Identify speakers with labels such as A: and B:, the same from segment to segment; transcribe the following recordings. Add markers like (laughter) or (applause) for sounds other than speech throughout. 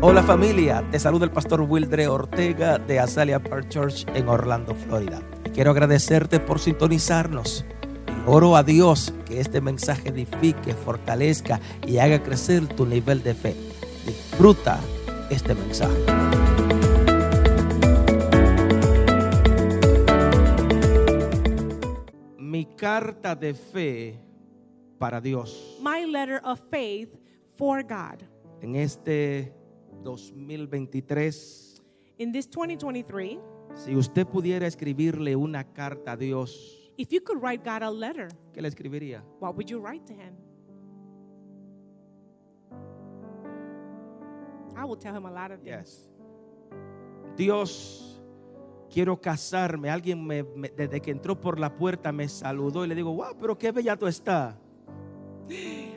A: Hola familia, te saluda el pastor Wildre Ortega de Azalea Park Church en Orlando, Florida. Y quiero agradecerte por sintonizarnos. Y oro a Dios que este mensaje edifique, fortalezca y haga crecer tu nivel de fe. Disfruta este mensaje. Mi carta de fe para Dios
B: my letter of faith for God.
A: en este 2023.
B: In this 2023,
A: Si usted pudiera escribirle una carta a Dios,
B: if you could write God a letter,
A: ¿qué le escribiría?
B: what would you write to him? I will tell him a lot of things.
A: Yes. Dios, quiero casarme. Alguien me, me- desde que entró por la puerta me saludó y le digo, wow, pero qué bella tú estás.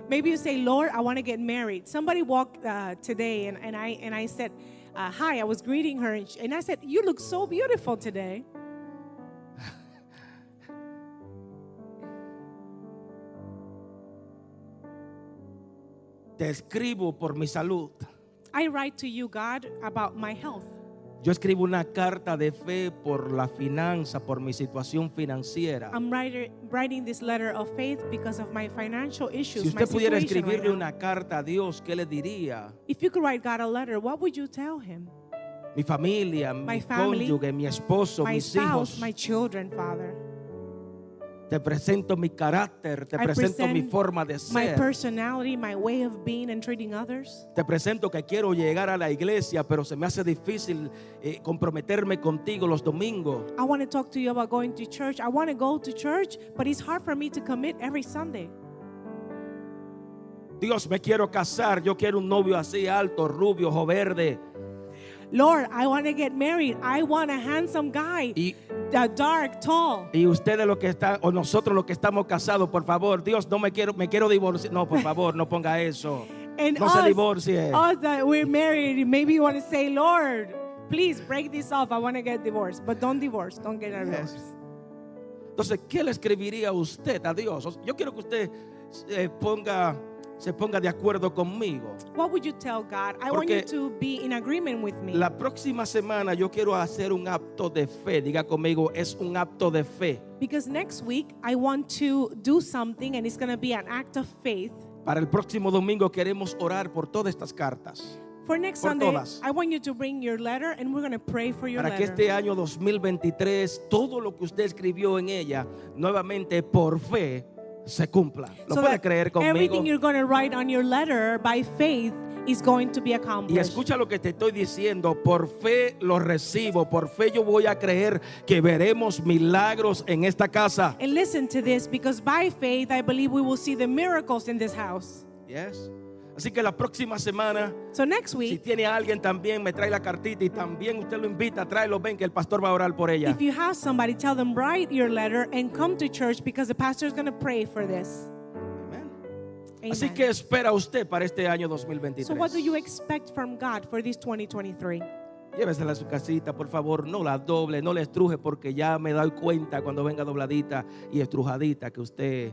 B: Maybe you say, Lord, I want to get married. Somebody walked uh, today and, and, I, and I said, uh, Hi, I was greeting her and, she, and I said, You look so beautiful today.
A: Te escribo por mi salud.
B: I write to you, God, about my health.
A: Yo escribo una carta de fe por la finanza, por mi situación financiera.
B: I'm writer, writing this letter of faith because of my financial issues.
A: Si
B: my
A: usted pudiera
B: situation right
A: escribirle
B: now.
A: una carta a Dios, ¿qué le diría?
B: If you could write God a letter, what would you tell him?
A: Mi familia, mi
B: My family,
A: cónyuge, mi esposo,
B: my
A: mis
B: spouse,
A: hijos.
B: my children, Father.
A: Te presento mi carácter, te
B: I
A: presento mi
B: present
A: forma de
B: My
A: ser.
B: personality, my way of being and treating others.
A: Te presento que quiero llegar a la iglesia, pero se me hace difícil eh, comprometerme contigo los domingos.
B: I want to talk to you about going to church. I want to go to church, but it's hard for me to commit every Sunday.
A: Dios, me quiero casar, yo quiero un novio así alto, rubio, ojo verde.
B: Lord, I want to get married. I want a handsome guy,
A: Y,
B: uh, dark, tall.
A: y ustedes los que están, o nosotros los que estamos casados, por favor, Dios, no me quiero, me quiero divorciar. No, por favor, no ponga eso.
B: And
A: No
B: us,
A: se divorcie.
B: us that we're married, maybe you want to say, Lord, please break this off. I want to get divorced. But don't divorce. Don't get
A: Yes.
B: divorced.
A: Entonces, ¿qué le escribiría usted a Dios? O- Yo quiero que usted eh, ponga, se ponga de acuerdo conmigo.
B: What would you tell God? I want you
A: Porque-
B: to be in agreement with me.
A: La próxima semana yo quiero hacer un acto de fe. Diga conmigo, es un acto de fe.
B: Because next week I want to do something and it's going to be an act of faith.
A: Para el próximo domingo queremos orar por todas estas cartas.
B: For next
A: Por
B: Sunday,
A: todas.
B: I want you to bring your letter and we're going to pray for your
A: Para que
B: letter.
A: este año 2023, todo lo que usted escribió en ella, nuevamente por fe, se cumpla. ¿Lo
B: so
A: puede
B: that
A: creer
B: everything
A: conmigo?
B: you're going to write on your letter by faith is going to be
A: Y
B: accomplished.
A: escucha lo que te estoy diciendo, por fe lo recibo, por fe yo voy a creer que veremos milagros en esta casa.
B: And listen to this because by faith I believe we will see the miracles in this house.
A: Yes. Así que la próxima semana
B: So next
A: Si
B: week,
A: tiene a alguien también, me trae la cartita y también usted lo invita, tráelo, ven que el pastor va a orar por ella.
B: if you have somebody, tell them write your letter and come to church because the pastor is going to pray for this.
A: Amén.
B: Amen.
A: Así que espera usted para este año
B: so what do you
A: 2023.
B: expect from God for this 2023?
A: Llévesela a su casita, por favor, no la doble, no la estruje, porque ya me doy cuenta cuando venga dobladita y estrujadita que usted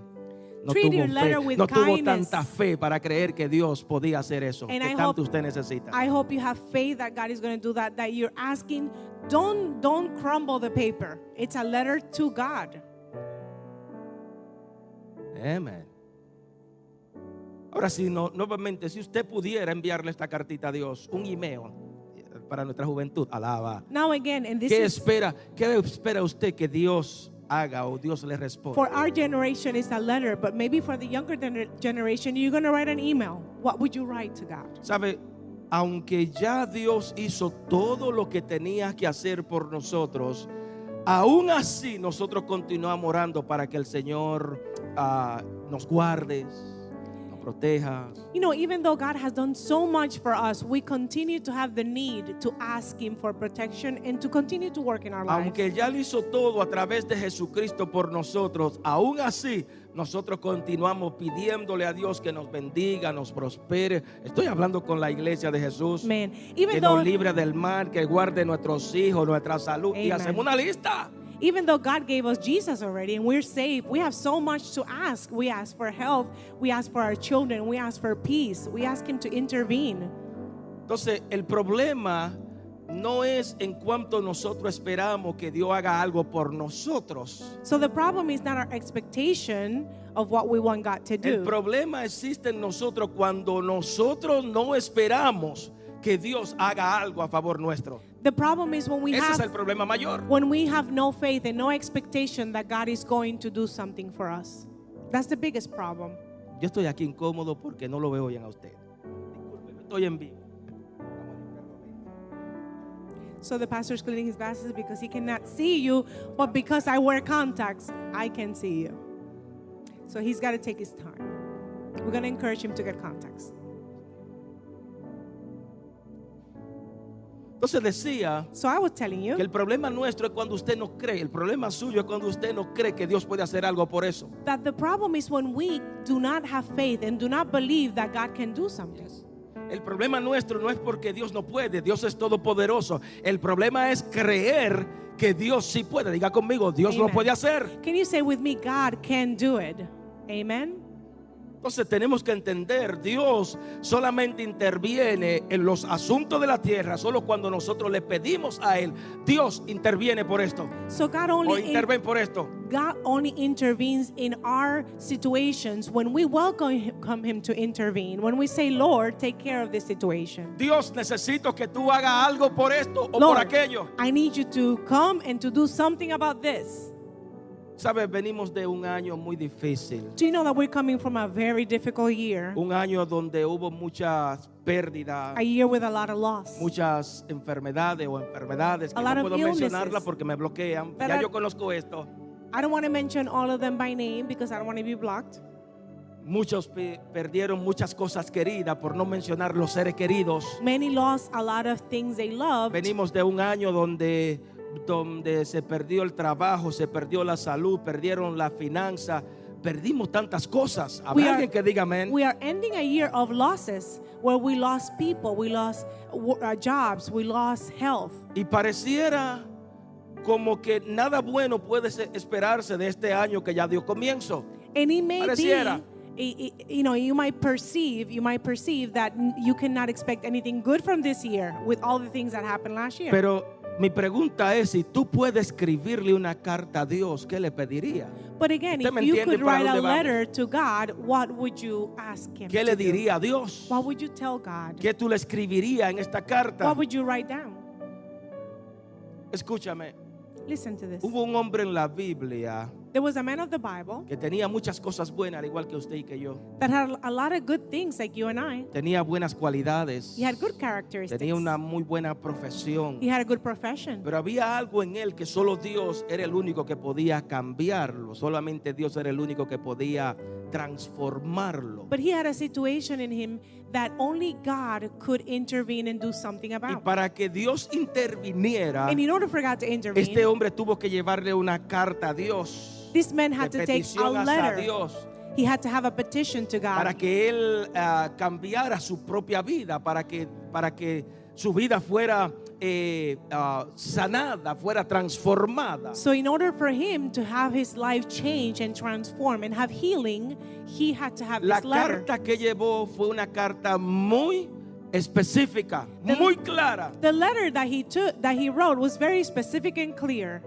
A: no,
B: Treat
A: tuvo,
B: your letter
A: fe,
B: with
A: no tuvo
B: kindness.
A: tanta fe para creer que Dios podía hacer eso
B: And
A: que
B: I
A: tanto
B: hope-
A: usted necesita.
B: I hope you have faith that God is going to do that. That you're asking, don't don't crumble the paper. It's a letter to God.
A: Amén. Ahora sí, no, nuevamente, si usted pudiera enviarle esta cartita a Dios, un email eh, para nuestra juventud, alaba.
B: Now again, and this
A: ¿Qué
B: is
A: espera, qué espera usted que Dios haga o Dios le responda?
B: for our generation is a letter, but maybe for the younger gener- generation, you're going to write an email. What would you write to God?
A: Sabe, aunque ya Dios hizo todo lo que tenía que hacer por nosotros, aún así nosotros continuamos orando para que el Señor ah, nos guarde, nos proteja.
B: You know, even though God has done so much for us, we continue to have the need to ask Him for protection and to continue to work in our lives.
A: Aunque ya lo hizo todo a través de Jesucristo por nosotros, aún así nosotros continuamos pidiéndole a Dios que nos bendiga, nos prospere. Estoy hablando con la iglesia de Jesús.
B: Man,
A: Que
B: even
A: nos
B: though
A: libre del mal, que guarde nuestros hijos, nuestra salud. Y
B: Amen.
A: hacemos una lista.
B: Even though God gave us Jesus already and we're saved, we have so much to ask. We ask for health, we ask for our children, we ask for peace, we ask Him to intervene.
A: Entonces, el problema no es en cuanto nosotros esperamos que Dios haga algo por nosotros.
B: So the problem is not our expectation of what we want God to
A: El
B: do.
A: problema existe en nosotros cuando nosotros no esperamos que Dios haga algo a favor nuestro.
B: The problem is when we
A: Ese es el
B: have
A: problema mayor.
B: when we have no faith and no expectation that God is going to do something for us. That's the biggest problem.
A: Yo estoy aquí incómodo porque no lo veo bien a usted. Discúlpeme, estoy en vivo.
B: So the pastor's cleaning his glasses because he cannot see you, but because I wear contacts, I can see you. So he's got to take his time. We're going to encourage him to get contacts.
A: Entonces decía
B: So I was telling
A: que
B: you
A: el problema nuestro es cuando usted no cree. El problema suyo es cuando usted no cree que Dios puede hacer algo por eso.
B: that the problem is when we do not have faith and do not believe that God can do something.
A: El problema nuestro no es porque Dios no puede, Dios es todopoderoso. El problema es creer que Dios sí puede. Diga conmigo, Dios lo
B: Amen.
A: puede hacer.
B: Can you say with me, God can do it? Amen.
A: Entonces tenemos que entender, Dios solamente interviene en los asuntos de la tierra, solo cuando nosotros le pedimos a Él, Dios interviene por esto,
B: So God
A: o
B: only in-
A: interviene por esto.
B: God only intervenes in our situations when we welcome him, come him to intervene. When we say, Lord, take care of this situation.
A: Dios necesito que tú hagas algo por esto o por
B: Lord,
A: aquello.
B: I need you to come and to do something about this.
A: Sabes, venimos de un año muy difícil,
B: Do you know that we're coming from a very difficult year?
A: un año donde hubo muchas pérdidas.
B: A year with a lot of loss.
A: muchas enfermedades o enfermedades que
B: A lot
A: no
B: of
A: puedo
B: illnesses.
A: mencionarlas porque me bloquean.
B: That
A: ya
B: are-
A: yo conozco esto.
B: I don't want to mention all of them by name because I don't want to be blocked.
A: Muchos pe- perdieron muchas cosas queridas por no mencionar los seres queridos.
B: Many lost a lot of things they loved.
A: Venimos de un año donde donde se perdió el trabajo, se perdió la salud, perdieron la finanza, perdimos tantas cosas.
B: We
A: Habrá
B: are-
A: alguien que diga amén.
B: We are ending a year of losses where we lost people, we lost wo- uh, jobs, we lost health.
A: Y pareciera como que nada bueno puede se- esperarse de este año que ya dio comienzo.
B: And it may
A: Pareciera.
B: be, i- i- you know, you might perceive, you might perceive that n- you cannot expect anything good from this year with all the things that happened last year.
A: Pero mi pregunta es, si tú puedes escribirle una carta a Dios, ¿qué le pediría?
B: but again,
A: ¿Usted
B: if
A: me
B: you
A: entiende
B: could
A: para
B: write a
A: dónde vamos?
B: letter to God, what would you ask Him?
A: ¿Qué
B: to
A: le
B: do?
A: diría a Dios?
B: What would you tell God?
A: ¿Qué tú le escribirías en esta carta?
B: What would you write down?
A: Escúchame,
B: Listen to this.
A: hubo un hombre en la Biblia
B: There was a man of the Bible
A: que tenía muchas cosas buenas, al igual que usted y que yo.
B: that had a lot of good things, like you and I.
A: Tenía buenas cualidades,
B: He had good characteristics.
A: tenía una muy buena profesión,
B: He had a good profession.
A: pero había algo en él que solo Dios era el único que podía cambiarlo, solamente Dios era el único que podía transformarlo.
B: But he had a situation in him that only God could intervene and do something
A: Y
B: about.
A: para que Dios interviniera,
B: And in order for God to intervene,
A: Este hombre tuvo que llevarle una carta a Dios.
B: this man had
A: de
B: to take a
A: petición hacia
B: letter.
A: Dios
B: He had to have a petition to
A: para
B: God
A: que él ah, cambiara su propia vida, para que, para que su vida fuera eh, ah, sanada, fuera transformada.
B: So, in order for him to have his life change and transform and have healing, he had to have
A: La
B: this letter.
A: carta que llevó fue una carta muy específica,
B: The-
A: muy clara.
B: The letter that he took, that he wrote, was very specific and clear.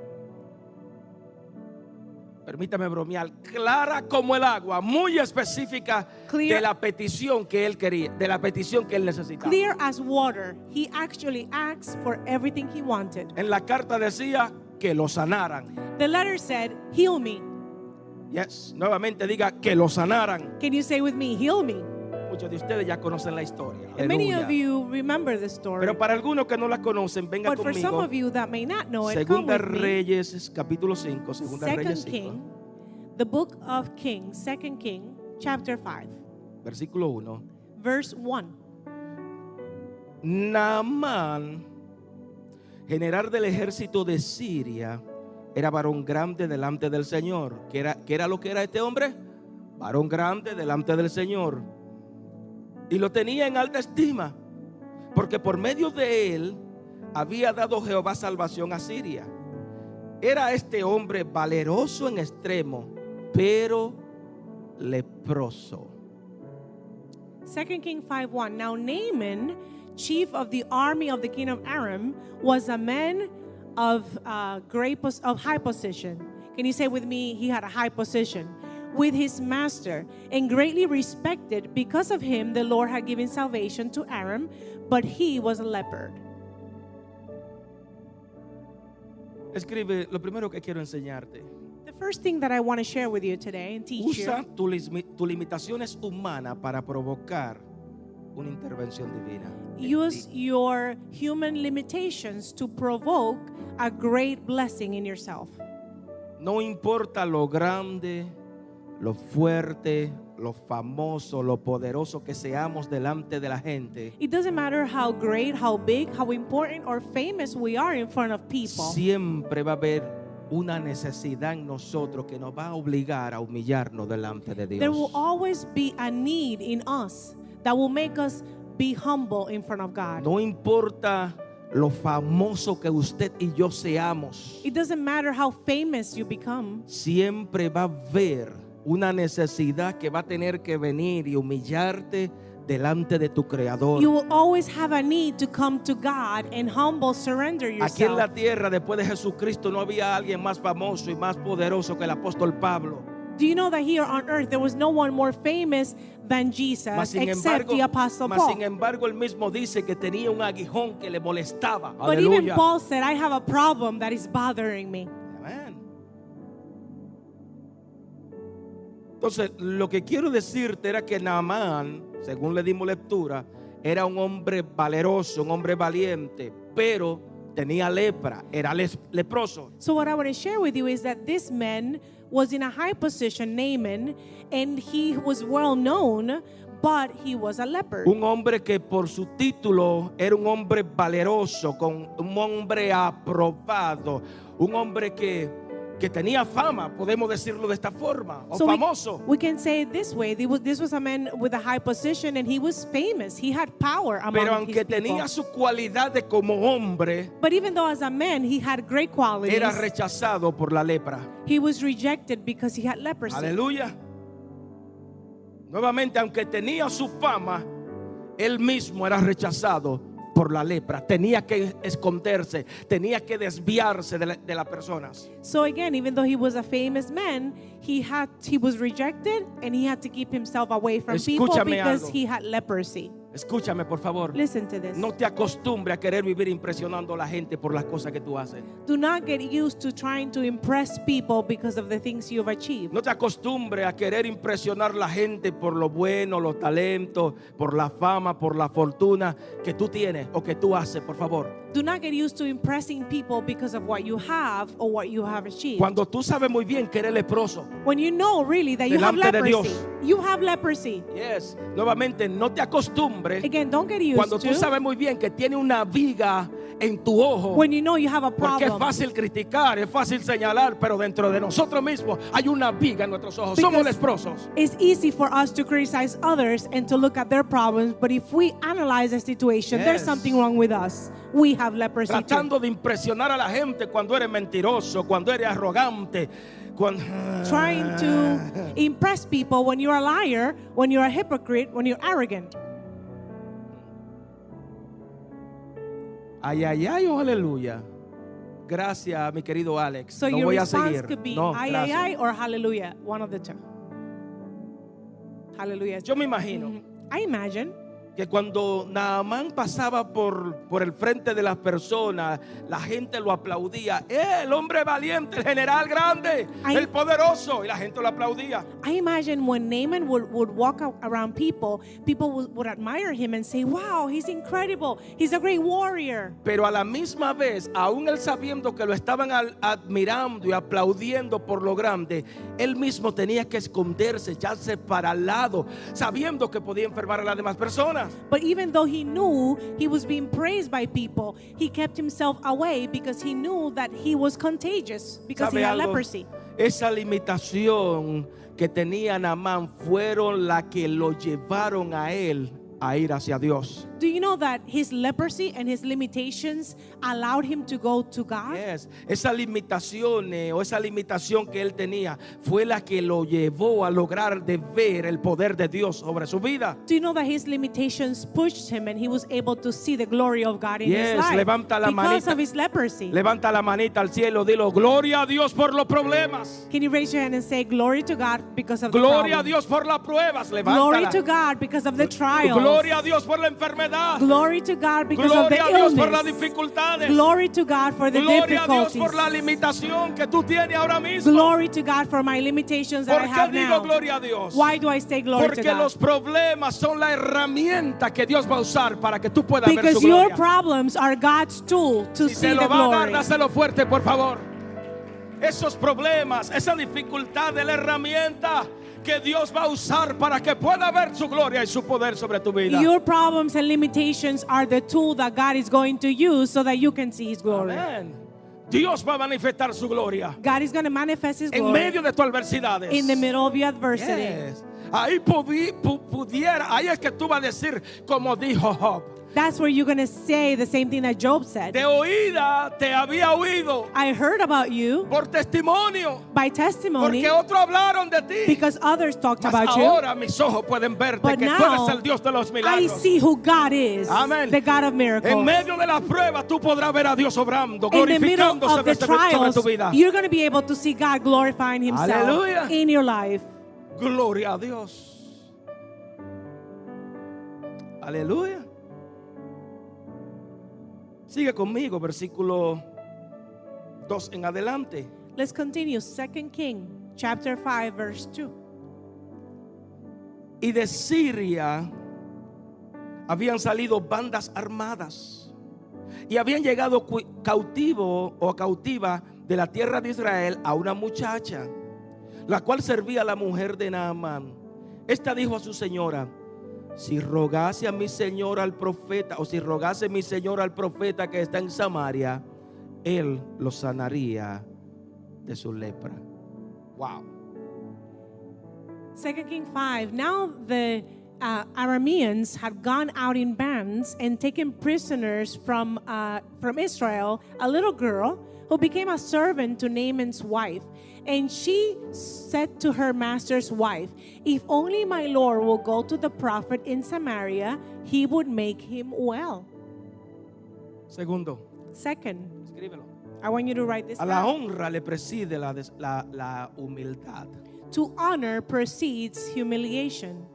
A: Permítame bromear, clara como el agua, muy específica
B: Clear.
A: de la petición que él quería, de la petición que él necesitaba.
B: Clear as water. He actually asked for everything he wanted.
A: En la carta decía que lo sanaran.
B: The letter said, Heal me.
A: Yes, nuevamente diga que lo sanaran.
B: Can you say with me, Heal me?
A: Muchos de ustedes ya conocen la historia.
B: And many
A: Aleluya.
B: of you remember the story.
A: Pero para algunos que no la conocen, venga
B: But for some
A: conmigo.
B: of you that may not know it, come
A: Segunda
B: with me.
A: Reyes, es capítulo 5, Segunda
B: Second
A: Reyes 5,
B: King, the book of Kings, Second King, chapter 5,
A: versículo 1.
B: verse 1.
A: Naamán, general del ejército de Siria, era varón grande delante del Señor. ¿Qué era, qué era lo que era este hombre? Varón grande delante del Señor. Y lo tenía en alta estima, porque por medio de él había dado Jehová salvación a Siria. Era este hombre valeroso en extremo, pero leproso.
B: Second King 5 1. Now Naaman, chief of the army of the king of Aram, was a man of uh, great pos- of high position. Can you say with me? He had a high position with his master and greatly respected. Because of him, the Lord had given salvation to Aram, but he was a leopard.
A: Escribe, lo primero que quiero enseñarte.
B: The first thing that I want to share with you today and teach
A: Usa
B: you
A: tus limitaciones humanas para provocar una intervención divina. en
B: use
A: ti.
B: your human limitations to provoke a great blessing in yourself.
A: No importa lo grande, lo fuerte, lo famoso, lo poderoso que seamos delante de la gente,
B: It doesn't matter how great, how big, how important, or famous we are in front of people.
A: siempre va a haber una necesidad en nosotros que nos va a obligar a humillarnos delante de
B: There will
A: Dios.
B: always be a need in us that will make us be humble in front of God.
A: No importa lo famoso que usted y yo seamos,
B: It doesn't matter how famous you become.
A: siempre va a haber una necesidad que va a tener que venir y humillarte delante de tu creador.
B: You will always have a need to come to God and humble surrender
A: Aquí en la
B: yourself.
A: tierra, después de Jesucristo, no había alguien más famoso y más poderoso que el apóstol Pablo.
B: Do you know that here on earth there was no one more famous than
A: Mas
B: Jesus
A: sin,
B: except
A: embargo,
B: the apostle
A: mas sin
B: Paul?
A: embargo, él mismo dice que tenía un aguijón que le molestaba.
B: But even
A: Aleluya.
B: Paul said, I have a problem that is bothering me.
A: Amén. Entonces, lo que quiero decirte era que Naamán, según le dimos lectura, era un hombre valeroso, un hombre valiente, pero tenía lepra, era les- leproso.
B: So what I want to share with you is that this man was in a high position, Naaman, and he was well known, but he was a leopard.
A: Un hombre que por su título era un hombre valeroso, con un hombre aprobado, un hombre que, que tenía fama, podemos decirlo de esta forma, o
B: So we,
A: famoso.
B: we can say it this way: They wa- this was a man with a high position, and he was famous. He had power among
A: Pero
B: his
A: aunque
B: people.
A: tenía su cualidad de como hombre,
B: But even though as a man he had great qualities,
A: era rechazado por la lepra.
B: he was rejected because he had leprosy.
A: Aleluya. Nuevamente, aunque tenía su fama, él mismo era rechazado por la lepra. Tenía que esconderse, tenía que desviarse de, la- de las personas.
B: So again, even though he was a famous man, he had he was rejected, and he had to keep himself away from people
A: Escúchame
B: because
A: algo.
B: he had leprosy.
A: Escúchame, por favor.
B: Listen to this.
A: No te acostumbre a querer vivir impresionando a la gente por las cosas que tú haces.
B: Do not get used to trying to impress people because of the things you've achieved.
A: No te acostumbre a querer impresionar a la gente por lo bueno, los talentos, por la fama, por la fortuna que tú tienes o que tú haces, por favor.
B: Do not get used to impressing people because of what you have or what you have achieved.
A: Cuando tú sabes muy bien que eres leproso.
B: when you know really that you have
A: Delante de
B: leprosy,
A: Dios.
B: you have leprosy.
A: Yes. Nuevamente, no te acostumbres
B: Again, don't get used
A: cuando tú
B: to
A: sabes muy bien que tiene una viga en tu ojo.
B: when you know you have a
A: Porque es
B: problem.
A: fácil criticar, es fácil señalar, pero dentro de nosotros mismos hay una viga en nuestros ojos. Somos
B: Because-
A: leprosos.
B: It's easy for us to criticize others and to look at their problems, but if we analyze the situation, there's
A: Yes.
B: something wrong with us. We have leprosy. too.
A: Tratando de impresionar a la gente cuando eres mentiroso, cuando eres arrogante, cuando...
B: Trying to impress people when you're a liar, when you're a hypocrite, when you're arrogant.
A: (laughs) Ay, ay, ay, oh, aleluya. Gracias, mi querido Alex.
B: So
A: no
B: your
A: voy a
B: response
A: seguir.
B: could be
A: No,
B: ay, ay,
A: gracias.
B: ay, or hallelujah, one of the two. Hallelujah. Mm-hmm.
A: Yo me imagino
B: I imagine
A: que cuando Naamán pasaba por, por el frente de las personas, la gente lo aplaudía. "Eh, el hombre valiente, el general grande,
B: Ay.
A: el poderoso. Y la gente lo aplaudía.
B: I imagine when Naaman would, would walk a- around people, people would, would admire him and say, Wow, he's incredible. He's a great warrior.
A: Pero a la misma vez, aún él sabiendo que lo estaban al- admirando y aplaudiendo por lo grande, él mismo tenía que esconderse, echarse para al lado, sabiendo que podía enfermar a las demás personas.
B: But even though he knew he was being praised by people, he kept himself away because he knew that he was contagious because he
A: ¿Sabe
B: had
A: algo?
B: leprosy.
A: Esa limitación que tenía Namán fueron la que lo llevaron a él a ir hacia Dios.
B: Do you know that his leprosy and his limitations allowed him to go to God?
A: Yes. Esa limitación eh, o esa limitación que él tenía fue la que lo llevó a lograr de ver el poder de Dios sobre su vida.
B: Do you know that his limitations pushed him and he was able to see the glory of God in
A: Yes,
B: his life
A: levanta la
B: because
A: manita.
B: of his leprosy?
A: Levanta la manita al cielo, dilo gloria a Dios por los problemas.
B: Can you raise your hand and say glory to God because of
A: Gloria a
B: the
A: Dios
B: problem?
A: por las pruebas,
B: Glory to
A: levántala.
B: God because of the trials.
A: Gloria a Dios por la enfermedad.
B: Glory to God because of the
A: Gloria a Dios por las
B: illness.
A: dificultades.
B: Glory to God for the
A: Gloria a Dios
B: difficulties.
A: por la limitación que tú tienes ahora mismo.
B: Glory to God for my limitations that
A: ¿Por
B: I
A: qué
B: have
A: digo
B: now.
A: gloria a Dios?
B: Why do I say glory to
A: Porque
B: God?
A: los problemas son la herramienta que Dios va a usar para que tú puedas ver su
B: Because your
A: gloria.
B: problems are God's tool to
A: Si se
B: see the
A: lo va a dar,
B: glory.
A: dáselo fuerte, por favor. Esos problemas, esa dificultad es la herramienta que Dios va a usar para que pueda ver su gloria y su poder sobre tu vida.
B: Your problems and limitations are the tool that God is going to use so that you can see His glory.
A: Amén. Dios va a manifestar su gloria
B: God is going to manifest His
A: en
B: glory
A: medio de tus adversidades.
B: in the middle of your adversity.
A: Yes. Ahí pudi- pu- pudiera, ahí es que tú vas a decir, como dijo Job,
B: That's where you're going to say the same thing that Job said.
A: de oída te había oído
B: I heard about you
A: por testimonio,
B: by testimony
A: porque otros hablaron de ti.
B: because others talked
A: Mas
B: about you.
A: ahora mis ojos pueden verte
B: But
A: que tú eres
B: now
A: el Dios de los
B: I
A: milagros.
B: see who God is,
A: Amén.
B: the God of miracles.
A: En medio de las pruebas tú podrás ver a Dios obrando,
B: in the middle
A: glorificando
B: of
A: sobre,
B: the
A: sobre- sobre
B: trials,
A: tu vida.
B: you're going to be able to see God glorifying Himself
A: Aleluya.
B: in your life.
A: Gloria a Dios. Aleluya. Sigue conmigo, versículo 2 en adelante.
B: Let's continue. Second King, chapter 5, verse 2.
A: Y de Siria habían salido bandas armadas y habían llegado cu- cautivo o cautiva de la tierra de Israel a una muchacha, la cual servía a la mujer de Naamán. Esta dijo a su señora, si rogase a mi señor al profeta, o si rogase mi señor al profeta que está en Samaria, él lo sanaría de su lepra. Wow.
B: Second King 5. Now the uh, Arameans had gone out in bands and taken prisoners from, uh, from Israel a little girl who became a servant to Naaman's wife. And she said to her master's wife, If only my Lord will go to the prophet in Samaria, he would make him well.
A: Segundo,
B: Second,
A: escríbelo.
B: I want you to write this
A: A la
B: down.
A: honra le preside la, des- la- la humildad.
B: To honor precedes humiliation.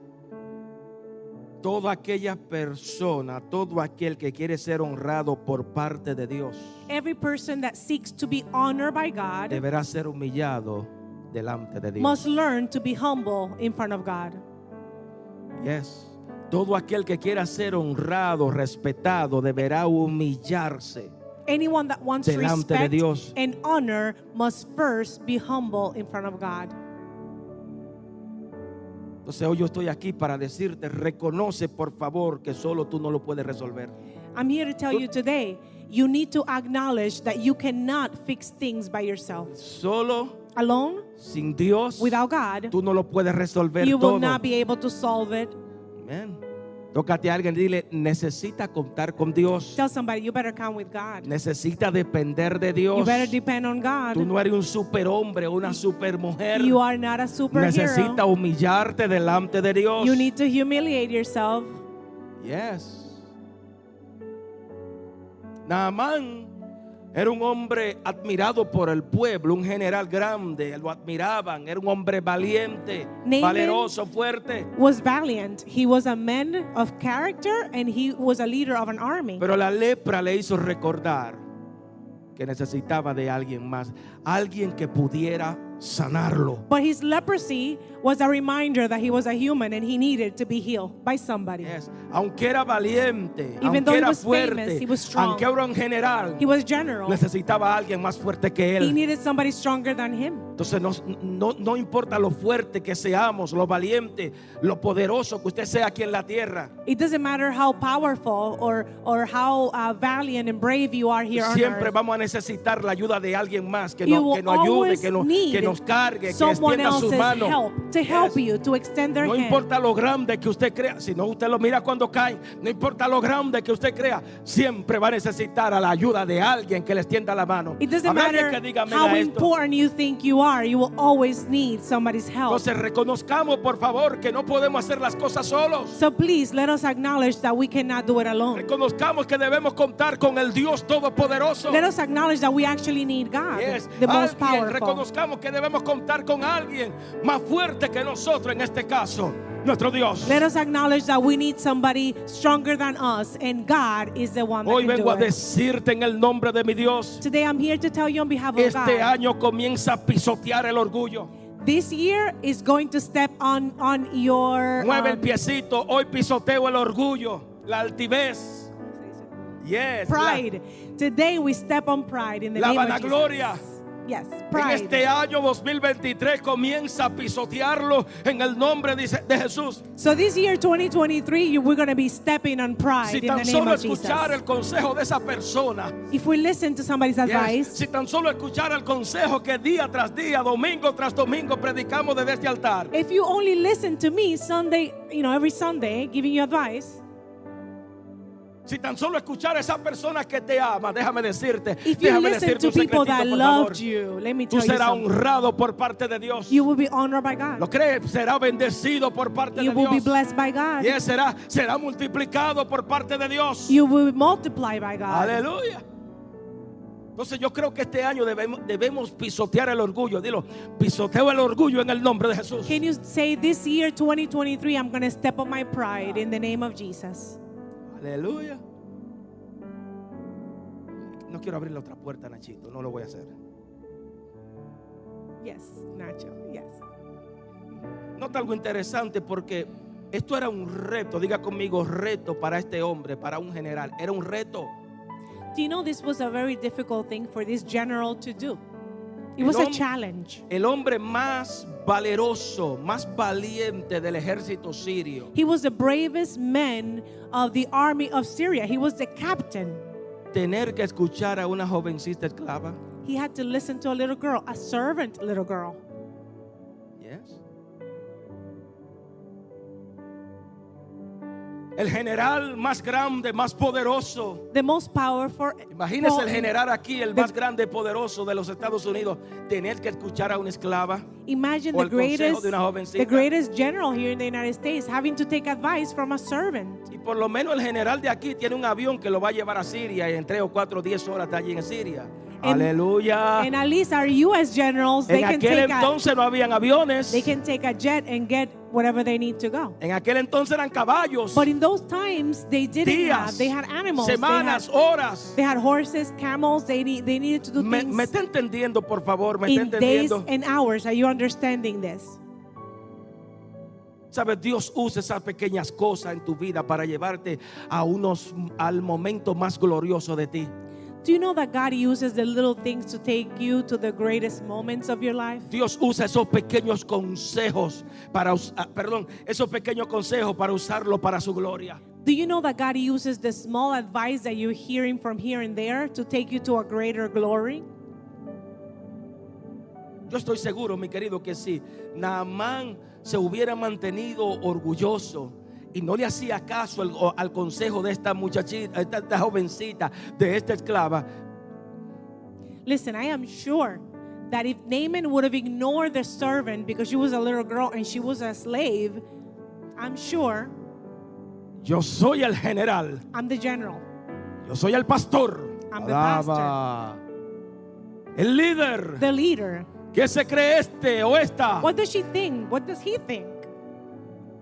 A: Toda aquella persona, todo aquel que quiere ser honrado por parte de Dios,
B: Every person that seeks to be honored by God
A: deberá ser humillado delante de Dios.
B: must learn to be humble in front of God.
A: Yes. Todo aquel que quiera ser honrado, respetado, deberá humillarse.
B: Anyone that wants
A: Delante de
B: respect
A: Dios.
B: and honor must first be humble in front of God.
A: Entonces hoy yo estoy aquí para decirte, reconoce por favor que solo tú no lo puedes resolver.
B: I'm here to tell you today, you need to acknowledge that you cannot fix things by yourself.
A: Solo
B: Alone,
A: sin Dios,
B: without God,
A: tú no lo puedes resolver
B: you
A: todo.
B: will not be able to solve it.
A: Amén. Tócate a alguien y dile, necesita contar con Dios.
B: Tell somebody you better come with God.
A: Necesita depender de
B: You
A: Dios.
B: better depend on God.
A: Tú no eres un superhombre o una supermujer.
B: You are not a superhero.
A: Necesita humillarte delante de Dios.
B: You need to humiliate yourself.
A: Yes. Naamán era un hombre admirado por el pueblo, un general grande, lo admiraban, era un hombre valiente,
B: Naaman-
A: valeroso, fuerte.
B: Was valiant. He was a man of character and he was a leader of an army.
A: Pero la lepra le hizo recordar que necesitaba de alguien más, alguien que pudiera sanarlo.
B: But his leprosy was a reminder that he was a human and he needed to be healed by somebody.
A: Yes. Aunque era valiente,
B: Even
A: aunque
B: though he
A: era
B: was
A: fuerte,
B: famous, he was strong.
A: aunque era un general,
B: He was general.
A: necesitaba a alguien más fuerte que
B: He
A: él.
B: needed somebody stronger than him.
A: Entonces no, no, no importa lo fuerte que seamos, lo valiente, lo poderoso que usted sea aquí en la tierra.
B: It doesn't matter how powerful or, or how uh, valiant and brave you are here on
A: Siempre
B: earth.
A: vamos a necesitar la ayuda de alguien más que
B: You
A: nos,
B: will
A: que nos ayude,
B: always
A: que nos,
B: need
A: que os cargue, que
B: someone
A: extienda sus
B: else's
A: manos.
B: help, to help
A: Yes.
B: you, to extend their
A: No
B: hand.
A: importa lo grande que usted crea, si no usted lo mira cuando cae, no importa lo grande que usted crea, siempre va a necesitar a la ayuda de alguien que le extienda la mano.
B: It doesn't
A: Habrá alguien
B: matter
A: que diga amén
B: how
A: a esto.
B: important you think you are, you will always need somebody's help.
A: Entonces reconozcamos por favor que no podemos hacer las cosas solos.
B: So please let us acknowledge that we cannot do it alone.
A: Reconozcamos que debemos contar con el Dios Todopoderoso.
B: Let us acknowledge that we actually need God,
A: Yes. Ah,
B: the most
A: Alguien,
B: powerful.
A: reconozcamos que debemos contar con alguien más fuerte que nosotros en este caso, nuestro Dios.
B: Let us acknowledge that we need somebody stronger than us, and God is the one that
A: Hoy
B: can
A: vengo a
B: do it.
A: decirte en el nombre de mi Dios,
B: Today I'm here to tell you on behalf of
A: este
B: Oh, God.
A: año comienza a pisotear el orgullo.
B: This year is going to step on on your
A: Mueve el
B: um,
A: piecito, hoy pisoteo el orgullo, la altivez. Yes. la-
B: pride. Today we step on pride in the
A: La
B: name
A: vanagloria.
B: of Jesus. Yes,
A: En
B: pride.
A: este año 2023 comienza a pisotearlo en el nombre dice- de Jesús.
B: So this year 2023, you, we're going to be stepping on pride
A: Si
B: in the
A: tan
B: name
A: solo
B: of Jesus.
A: escuchar el consejo de esa persona,
B: If we listen to somebody's
A: Yes.
B: advice,
A: Si tan solo escuchar el consejo que día tras día, domingo tras domingo predicamos desde este altar.
B: if you only listen to me Sunday, you know, every Sunday giving you advice,
A: Si tan solo escuchar a esa persona que te ama, déjame decirte,
B: if you
A: déjame
B: listen
A: decirte
B: to
A: un
B: people
A: secretito,
B: that
A: por
B: loved
A: favor.
B: you, let me
A: Tú
B: tell you
A: serás
B: something.
A: honrado por parte de Dios.
B: You will be honored by God.
A: ¿Lo crees? Será bendecido por parte
B: You
A: de
B: will be
A: Dios.
B: blessed by God.
A: Yes, será, será multiplicado por parte de Dios.
B: You will be multiplied by God.
A: Aleluya. Entonces yo creo que este año debemos, debemos pisotear el orgullo. Dilo, pisoteo el orgullo en el nombre de Jesús.
B: Can you say this year 2023 I'm going to step on my pride in the name of Jesus?
A: Aleluya. No quiero abrir la otra puerta, Nachito. No lo voy a hacer.
B: Yes, Nacho. Yes.
A: Nota algo interesante porque esto era un reto. Diga conmigo, reto para este hombre, para un general. Era un reto.
B: Do you know this was a very difficult thing for this general to do? It
A: El
B: was a
A: hom-
B: challenge.
A: El hombre más valeroso, más valiente del ejército sirio,
B: He was the bravest man of the army of Syria. He was the captain.
A: tener que escuchar a una jovencita esclava.
B: He had to listen to a little girl, a servant little girl.
A: Yes. El general más grande, más poderoso,
B: The most powerful.
A: Imagínese el
B: well,
A: general aquí, el más grande y poderoso de los Estados Unidos, tener que escuchar a una esclava. o
B: Imagine the
A: el consejo
B: greatest,
A: de una jovencita.
B: the greatest general here in the United States having to take advice from a servant.
A: Y por lo menos el general de aquí tiene un avión que lo va a llevar a Siria y en tres o cuatro, diez horas está allí en Siria.
B: And-
A: Aleluya.
B: And at least our U.S. generals, they
A: Ah. en
B: can
A: aquel
B: take a,
A: entonces no habían aviones.
B: they can take a jet and get whatever they need to go.
A: En aquel entonces eran caballos,
B: But in those times, they didn't
A: días,
B: have. They had animals. They had,
A: semanas, horas.
B: they had horses, camels. They need, they needed to do
A: Me,
B: things
A: me está entendiendo, por favor, me está
B: in days
A: entendiendo.
B: and hours. Are you understanding this?
A: Sabes, Dios usa esas pequeñas cosas en tu vida para llevarte a unos al momento más glorioso de ti.
B: Do you know that God uses the little things to take you to the greatest moments of your life?
A: Dios usa esos pequeños consejos para us- ah, perdón, esos pequeños consejos para usarlo para su gloria.
B: Do you know that God uses the small advice that you're hearing from here and there to take you to a greater glory?
A: Yo estoy seguro, mi querido, que si Naamán se hubiera mantenido orgulloso y no le hacía caso al, o- al consejo de esta muchachita, esta, esta jovencita, de esta esclava,
B: Listen, I am sure that if Naaman would have ignored the servant because she was a little girl and she was a slave, I'm sure
A: yo soy el general,
B: I'm the general.
A: yo soy el pastor,
B: I'm the pastor.
A: Alaba. el líder.
B: The leader.
A: ¿Qué se cree este o esta?
B: What does she think? What does he think?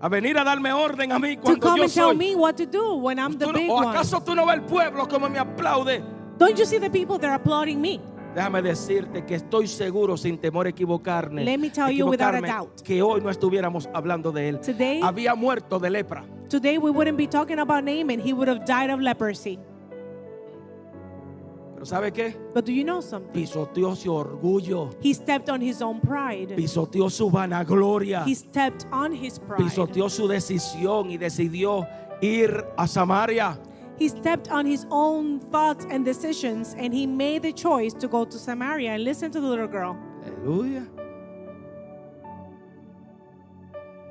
A: A venir a darme orden a mí
B: To
A: cuando
B: come
A: yo
B: and tell
A: soy.
B: me what to do when I'm the
A: ¿Tú
B: big
A: no- ¿O
B: one.
A: acaso tú no ves el pueblo como me aplaude?
B: Don't you see the people that are applauding me?
A: Déjame decirte que estoy seguro, sin temor a equivocarme,
B: Let me tell you without a
A: equivocarme,
B: doubt.
A: que hoy no estuviéramos hablando de él.
B: Today-
A: Había muerto de lepra.
B: Today we wouldn't be talking about Naaman. He would have died of leprosy.
A: Pero ¿sabe qué?
B: But do you know something?
A: Pisoteó su orgullo,
B: He stepped on his own pride.
A: pisoteó su vanagloria,
B: He stepped on his pride.
A: pisoteó su decisión y decidió ir a Samaria.
B: He stepped on his own thoughts and decisions and he made the choice to go to Samaria and listen to the little girl.
A: Aleluya.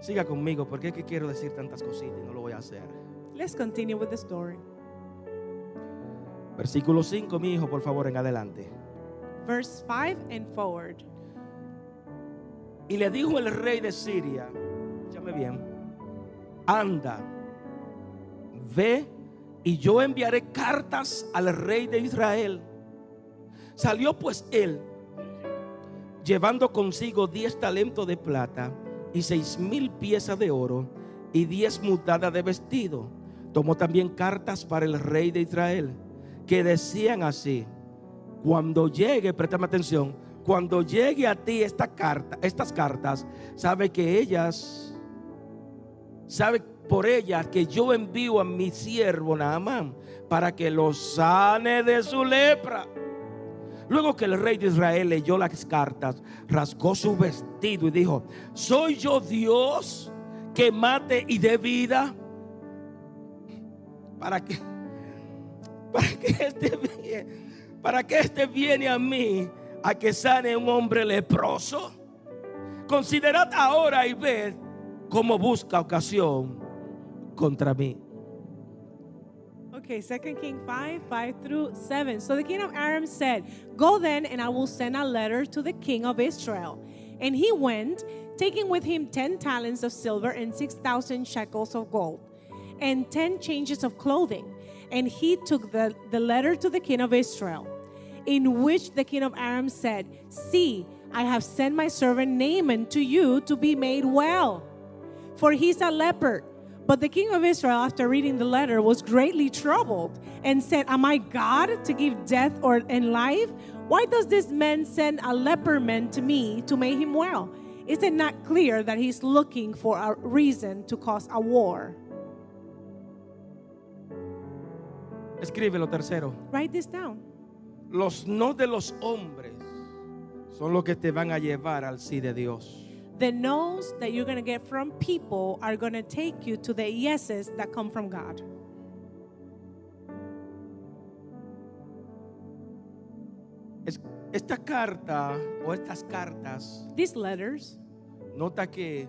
A: Siga conmigo porque es que quiero decir tantas cositas y no lo voy a hacer.
B: Let's continue with the story.
A: Versículo 5, mi hijo, por favor, en adelante.
B: Verse 5 and forward.
A: Y le dijo el rey de Siria, escúchame bien, anda, ve y yo enviaré cartas al rey de Israel. Salió pues él, llevando consigo diez talentos de plata y seis mil piezas de oro y diez mudadas de vestido. Tomó también cartas para el rey de Israel, que decían así, cuando llegue, préstame atención, cuando llegue a ti esta carta, estas cartas, sabe que ellas, sabe por ellas que yo envío a mi siervo Naamán para que lo sane de su lepra. Luego que el rey de Israel leyó las cartas, rasgó su vestido y dijo, ¿soy yo Dios que mate y dé vida? ¿Para que (laughs) Para que este, (laughs) vie- para que este viene a mí a que sane un hombre leproso. Considerad ahora y ved cómo busca ocasión contra mí.
B: Okay, 2 King 5, 5 through 7. So the king of Aram said, Go then, and I will send a letter to the king of Israel. And he went, taking with him 10 talents of silver and 6,000 shekels of gold, and 10 changes of clothing. And he took the, the letter to the king of Israel, in which the king of Aram said, See, I have sent my servant Naaman to you to be made well for he's a leper. But the king of Israel, after reading the letter, was greatly troubled and said, Am I God to give death or and life? Why does this man send a leper man to me to make him well? Is it not clear that he's looking for a reason to cause a war?
A: Escribe lo tercero.
B: Write this down.
A: Los no de los hombres son los que te van a llevar al sí de Dios.
B: The no's that you're going to get from people are going to take you to the yeses that come from God.
A: Es- esta carta o estas cartas
B: These letters,
A: nota que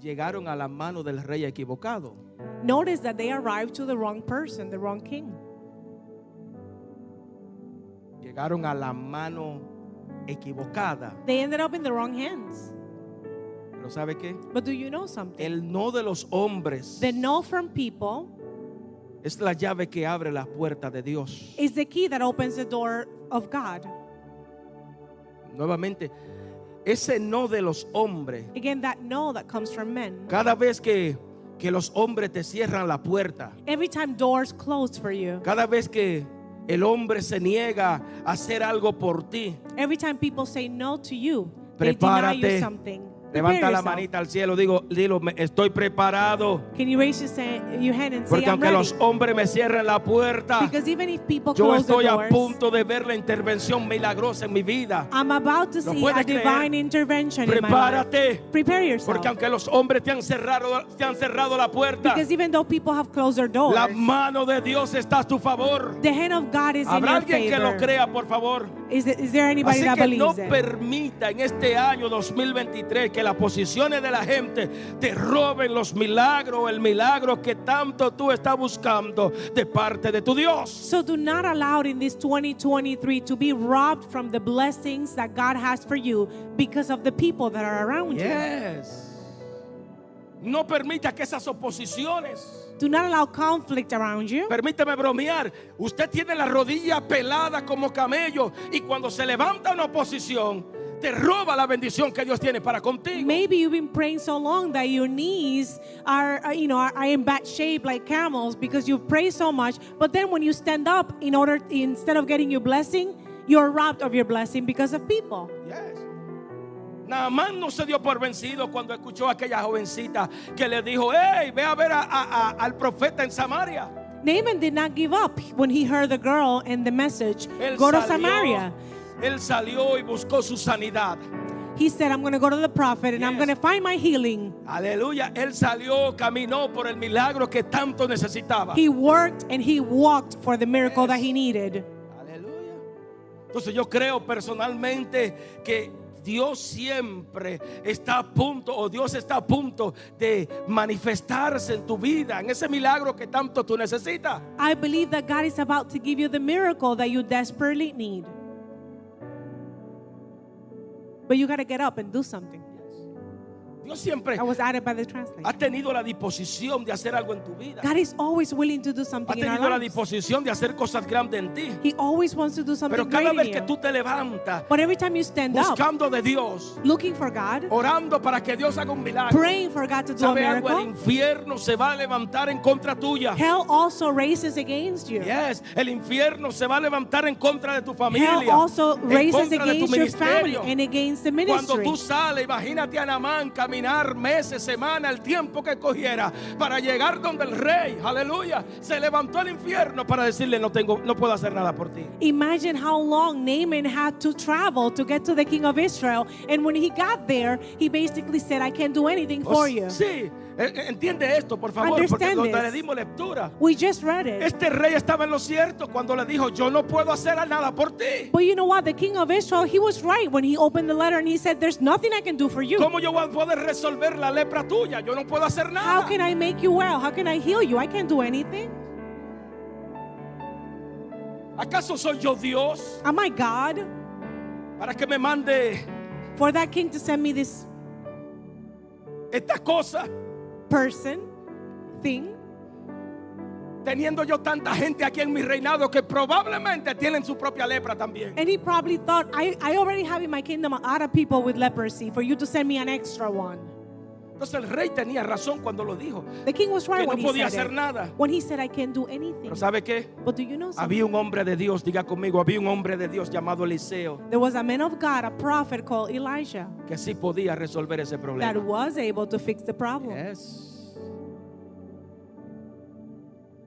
A: llegaron a la mano del rey equivocado.
B: notice that they arrived to the wrong person, the wrong king.
A: Llegaron a la mano equivocada.
B: They ended up in the wrong hands.
A: Pero ¿sabe qué?
B: But do you know something?
A: El no de los hombres
B: The no from people
A: es la llave que abre la puerta de Dios.
B: is the key that opens the door of God.
A: Nuevamente, ese no de los hombres,
B: Again, that no that comes from men.
A: cada vez que, que los hombres te cierran la puerta,
B: Every time doors close for you,
A: cada vez que el hombre se niega a hacer algo por ti,
B: every time people say no to you, they deny you
A: Prepárate.
B: something. Prepare
A: levanta la
B: yourself.
A: manita al cielo, digo, dilo, "Me- estoy preparado.
B: Can you raise your, sa- your hand and say,
A: Porque
B: I'm
A: aunque
B: ready?
A: los hombres me cierren la puerta,
B: Because even if people
A: yo
B: close the
A: estoy a
B: doors,
A: punto de ver la intervención milagrosa en mi vida.
B: I'm about to
A: Lo
B: see
A: puedes
B: a
A: creer.
B: divine intervention in my life.
A: Prepárate.
B: Prepare yourself.
A: Porque aunque los hombres te han cerrado, te han cerrado la puerta,
B: Because even though people have closed their doors,
A: la mano de Dios está a tu favor.
B: the hand of God is in
A: Habrá
B: your
A: alguien que lo
B: favor.
A: crea, por favor.
B: Is, it- is there anybody
A: Así
B: that
A: que no
B: believes it?
A: permita en este año 2023 que las posiciones de la gente te roben los milagros, el milagro que tanto tú estás buscando de parte de tu Dios.
B: So do not allow it in this 2023 to be robbed from the blessings that God has for you because of the people that are around
A: Yes. No permita que esas oposiciones
B: you. Do not allow conflict around you.
A: Permítame bromear. Usted tiene la rodilla pelada como camello y cuando se levanta una oposición, te roba la bendición que Dios tiene para contigo.
B: Maybe you've been praying so long that your knees are, uh, you know, are, are in bad shape like camels because you've prayed so much. But then when you stand up, in order instead of getting your blessing, you're robbed of your blessing because of people.
A: Yes. Naamán no se dio por vencido cuando escuchó a aquella jovencita que le dijo, hey, ve a ver a- a- a- al profeta en Samaria.
B: Naaman did not give up when he heard the girl and the message,
A: Él
B: go to
A: salió-
B: Samaria.
A: Él salió y buscó su sanidad.
B: He said, I'm going to go to the prophet and I'm
A: Yes.
B: going to find my healing.
A: Aleluya. Él salió, caminó por el milagro que tanto necesitaba.
B: He worked and he walked for the miracle that
A: Yes.
B: he needed.
A: Aleluya. Entonces yo creo personalmente que Dios siempre está a punto o Dios está a punto de manifestarse en tu vida, en ese milagro que tanto tú necesitas.
B: I believe that God is about to give you the miracle that you desperately need. But you got to get up and do something.
A: Dios siempre
B: I was added by the translation.
A: ha tenido la disposición de hacer algo en tu vida.
B: God is always willing to do
A: Ha
B: something in
A: tenido
B: our
A: la
B: lives.
A: disposición de hacer cosas grandes en ti.
B: He always wants to do something
A: Pero cada
B: great
A: vez
B: in
A: que
B: you.
A: tú te levantas
B: But every time you stand up,
A: buscando de Dios,
B: looking for God,
A: orando para que Dios haga un milagro,
B: praying for God to do a
A: Oh, sabe algo, el
B: miracle,
A: infierno se va a levantar en contra tuya.
B: hell also raises against you.
A: Yes, el infierno se va a levantar en contra de tu familia.
B: Hell also
A: en
B: raises
A: contra de tu
B: against your family
A: ministerio.
B: and against the
A: Cuando
B: ministry.
A: tú sales, imagínate a Namán caminar meses, semanas, el tiempo que cogiera para llegar donde el rey, aleluya, se levantó el infierno para decirle no tengo, no puedo hacer nada por ti.
B: Imagine how long Naaman had to travel to get to the king of Israel. And when he got there, he basically said, I can't do anything
A: O
B: for
A: s-
B: you.
A: Oh, Sí, e- e- entiende esto, por favor, porque
B: Understand
A: lo-
B: this.
A: le dimos lectura.
B: We just read it.
A: Este rey estaba en lo cierto cuando le dijo, yo no puedo hacer nada por ti.
B: But you know what? The king of Israel, he was right when he opened the letter and he said, There's nothing I can do for you.
A: ¿Cómo yo voy a poder resolver la lepra tuya? Yo no puedo hacer
B: How
A: nada.
B: can I make you well? How can I heal you? I can't do anything.
A: ¿Acaso soy yo Dios
B: Am I God
A: para que me mande
B: for that king to send me this
A: esta cosa
B: person, thing?
A: teniendo yo tanta gente aquí en mi reinado que probablemente tienen su propia lepra también?
B: And he probably thought, I, I already have in my kingdom a lot of people with leprosy for you to send me an extra one.
A: Entonces el rey tenía razón cuando lo dijo.
B: The king was
A: Que
B: right
A: no
B: when he
A: podía
B: said
A: hacer
B: it.
A: nada.
B: When he said, I can't do anything.
A: Pero ¿sabe qué?
B: But do you know something?
A: Había un hombre de Dios, diga conmigo, había un hombre de Dios llamado Eliseo
B: There was a man of God, a prophet called Elijah,
A: que sí podía resolver ese
B: that
A: problema.
B: was able to fix the problem.
A: Yes.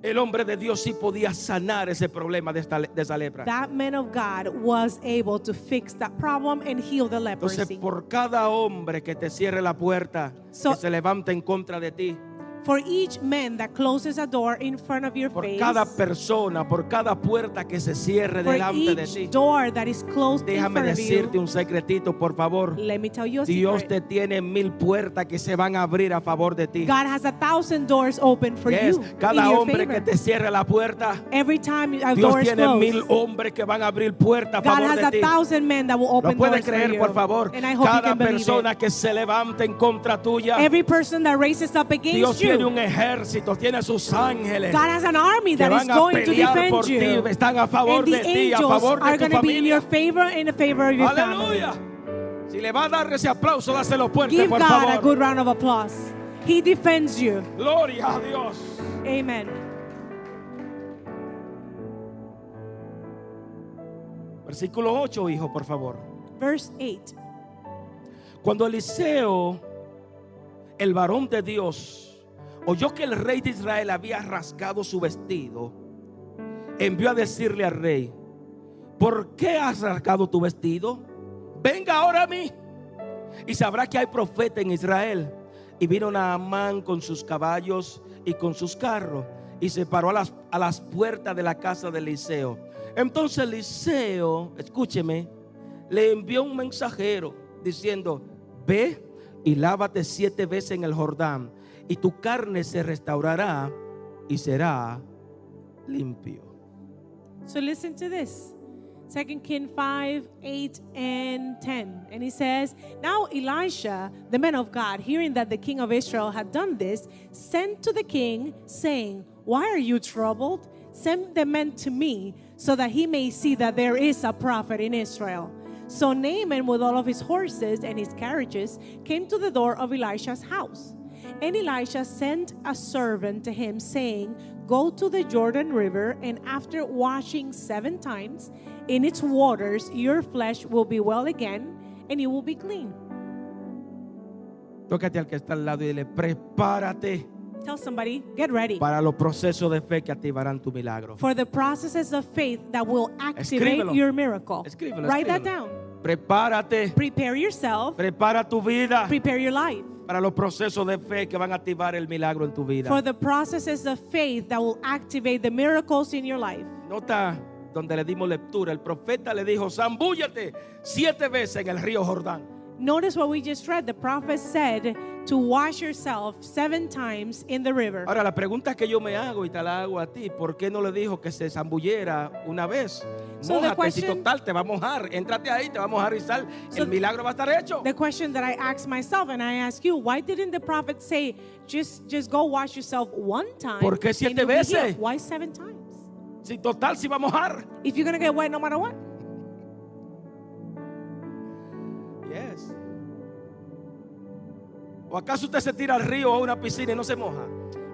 A: El hombre de Dios sí podía sanar ese problema de, esta, le- de esa lepra.
B: That man of God was able to fix that problem and heal the
A: Entonces,
B: leprosy.
A: por cada hombre que te cierre la puerta,
B: So-
A: que se levanta en contra de ti,
B: For each man that closes a door in front of your
A: por
B: face,
A: cada persona, por cada puerta que se cierre
B: for
A: delante de ti,
B: each door that is closed in
A: déjame
B: front of
A: decirte
B: you,
A: un secretito, por favor.
B: let me tell you a
A: Dios
B: secret.
A: te tiene mil puertas que se van a abrir a favor de ti.
B: God has a thousand doors open for
A: Yes,
B: you. in
A: Cada
B: your
A: hombre
B: favor.
A: que te cierre la puerta,
B: Every time a
A: Dios
B: door is
A: tiene
B: closed,
A: mil hombres que van a abrir puertas a
B: God
A: favor de
B: has a
A: ti.
B: thousand men that will
A: Lo
B: open
A: puede
B: doors for
A: creer,
B: you.
A: por favor.
B: And I hope you
A: Cada
B: can believe
A: persona
B: it.
A: que se levante en contra tuya,
B: Every person that raises up against
A: Dios tiene
B: you,
A: un ejército, tiene sus ángeles.
B: God has an army
A: que
B: that is
A: van a
B: going to
A: pelear por
B: defend
A: ti,
B: you.
A: están a favor
B: And
A: de
B: the
A: ti, a
B: angels
A: favor
B: are
A: de tu
B: going to be in your
A: familia.
B: favor and in favor of your family.
A: Aleluya. Si le va a dar ese aplauso, dáselo fuerte,
B: Give
A: por
B: God a
A: favor.
B: good round of applause. He defends you.
A: Gloria a Dios.
B: Amen.
A: Versículo 8, hijo, por favor.
B: Verse 8.
A: Cuando Eliseo, el varón de Dios, oyó que el rey de Israel había rasgado su vestido, envió a decirle al rey, ¿por qué has rasgado tu vestido? Venga ahora a mí y sabrá que hay profeta en Israel. Y vino Naamán con sus caballos y con sus carros y se paró a las, a las puertas de la casa de Eliseo. Entonces Eliseo, escúcheme, le envió un mensajero diciendo, ve y lávate siete veces en el Jordán y tu carne se restaurará y será limpio.
B: So listen to this. Second King 5, 8, and 10. And he says, Now Elisha, the man of God, hearing that the king of Israel had done this, sent to the king, saying, Why are you troubled? Send the men to me, so that he may see that there is a prophet in Israel. So Naaman, with all of his horses and his carriages, came to the door of Elisha's house. And Elisha sent a servant to him, saying, Go to the Jordan River, and after washing seven times in its waters, your flesh will be well again, and you will be clean.
A: Tócate al que está al lado y dile, prepárate
B: Tell somebody, get ready
A: para los procesos de fe que activarán tu milagro.
B: for the processes of faith that will activate
A: Escríbelo.
B: your miracle.
A: Escríbelo,
B: Write that
A: escríbelo.
B: down.
A: Prepárate,
B: Prepare yourself,
A: prepara tu vida
B: prepare your life
A: para los procesos de fe que van a activar el milagro en tu
B: for
A: vida.
B: the processes of faith that will activate the miracles in your life.
A: Nota donde le dimos lectura, el profeta le dijo, zambúllate siete veces en el río Jordán.
B: Notice what we just read. The prophet said to wash yourself seven times in the river.
A: Ahora la pregunta que yo me hago y te la hago a ti, ¿por qué no le dijo que se zambulliera una vez?
B: So the
A: Mójate, si
B: question-
A: total te va a mojar, entrate ahí, te va a mojar y sal,
B: So
A: el milagro va a estar hecho.
B: The question that I ask myself and I ask you, why didn't the prophet say just just go wash yourself one time?
A: ¿Por qué siete
B: and you'll be
A: veces?
B: healed"? Why seven times?
A: Si total si va a mojar.
B: If you're gonna get wet no matter what.
A: Yes. ¿O acaso usted se tira al río o a una piscina y no se moja?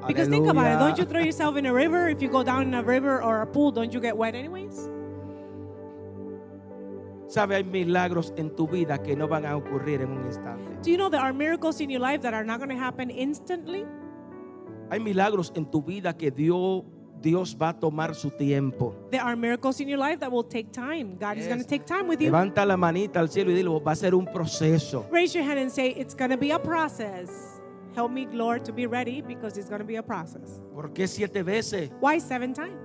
B: Because think about it,
A: Aleluya.
B: don't you throw yourself in a river? If you go down in a river or a pool, don't you get wet anyways?
A: Sabe, hay milagros en tu vida que no van a ocurrir en un instante.
B: Do you know there are miracles in your life that are not gonna happen instantly?
A: Hay milagros en tu vida que Dios, Dios va a tomar su tiempo.
B: There are miracles in your life that will take time. God
A: Yes.
B: is gonna take time with you.
A: Levanta la manita al cielo y dile, va a ser un proceso.
B: Raise your hand and say, It's gonna be a process. Help me, Lord, to be ready because it's gonna be a process.
A: ¿Por qué siete veces?
B: Why seven times?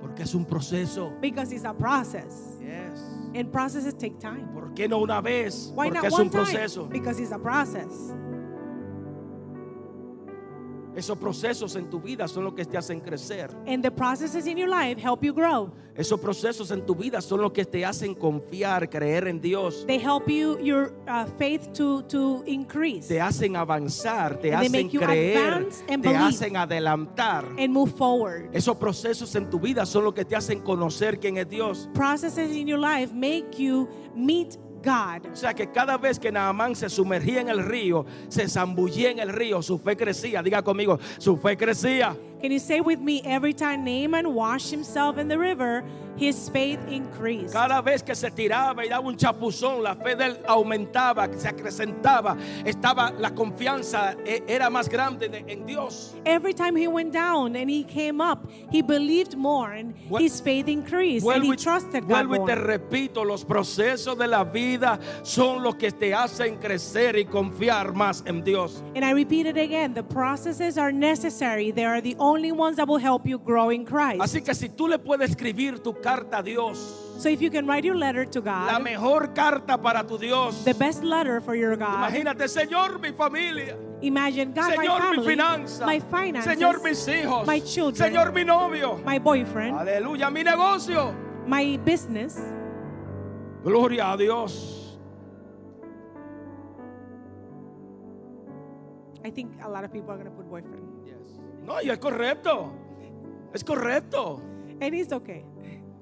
A: Porque es un proceso.
B: Because it's a process.
A: Yes.
B: And processes take time.
A: ¿Por qué no una vez?
B: Why
A: Porque
B: not
A: es
B: one
A: un
B: time?
A: proceso.
B: Because it's a process.
A: Esos procesos en tu vida son los que te hacen crecer.
B: And the processes in your life help you grow.
A: Esos procesos en tu vida son los que te hacen confiar, creer en Dios.
B: They help you your uh, faith to to increase
A: Te hacen avanzar, te
B: And they
A: hacen
B: make you
A: creer,
B: advance
A: te
B: and believe.
A: hacen adelantar.
B: and move forward.
A: Esos procesos en tu vida son los que te hacen conocer quién es Dios.
B: Processes in your life make you meet God.
A: O sea que cada vez que Naamán se sumergía en el río, se zambullía en el río, su fe crecía. Diga conmigo, su fe crecía.
B: Can you say with me every time Naaman washed himself in the river, his faith increased.
A: Cada vez que se tiraba y daba un chapuzón, la fe de él aumentaba, se acrecentaba. Estaba la confianza, e- era más grande de- en Dios.
B: Every time he went down and he came up, he believed more and
A: Vuel-
B: his faith increased and
A: Vuelvo
B: he
A: y-
B: trusted God
A: vuelvo y te
B: more.
A: repito, los procesos de la vida son los que te hacen crecer y confiar más en Dios.
B: And I repeat it again, the processes are necessary. They are the only ones that will help you grow in Christ.
A: Así que si tú le puedes escribir tu carta a Dios,
B: So if you can write your letter to
A: la
B: God,
A: mejor carta para tu Dios.
B: the best letter for your God.
A: Imagínate, Señor, mi familia.
B: Imagine God, my
A: Señor, mi
B: family,
A: finanza.
B: my finances,
A: Señor, mis hijos.
B: my children,
A: Señor, mi novio.
B: my boyfriend,
A: Aleluya, mi negocio.
B: my business.
A: Gloria a Dios.
B: I think a lot of people are going to put boyfriend.
A: No, y es correcto. Es correcto.
B: And it's okay.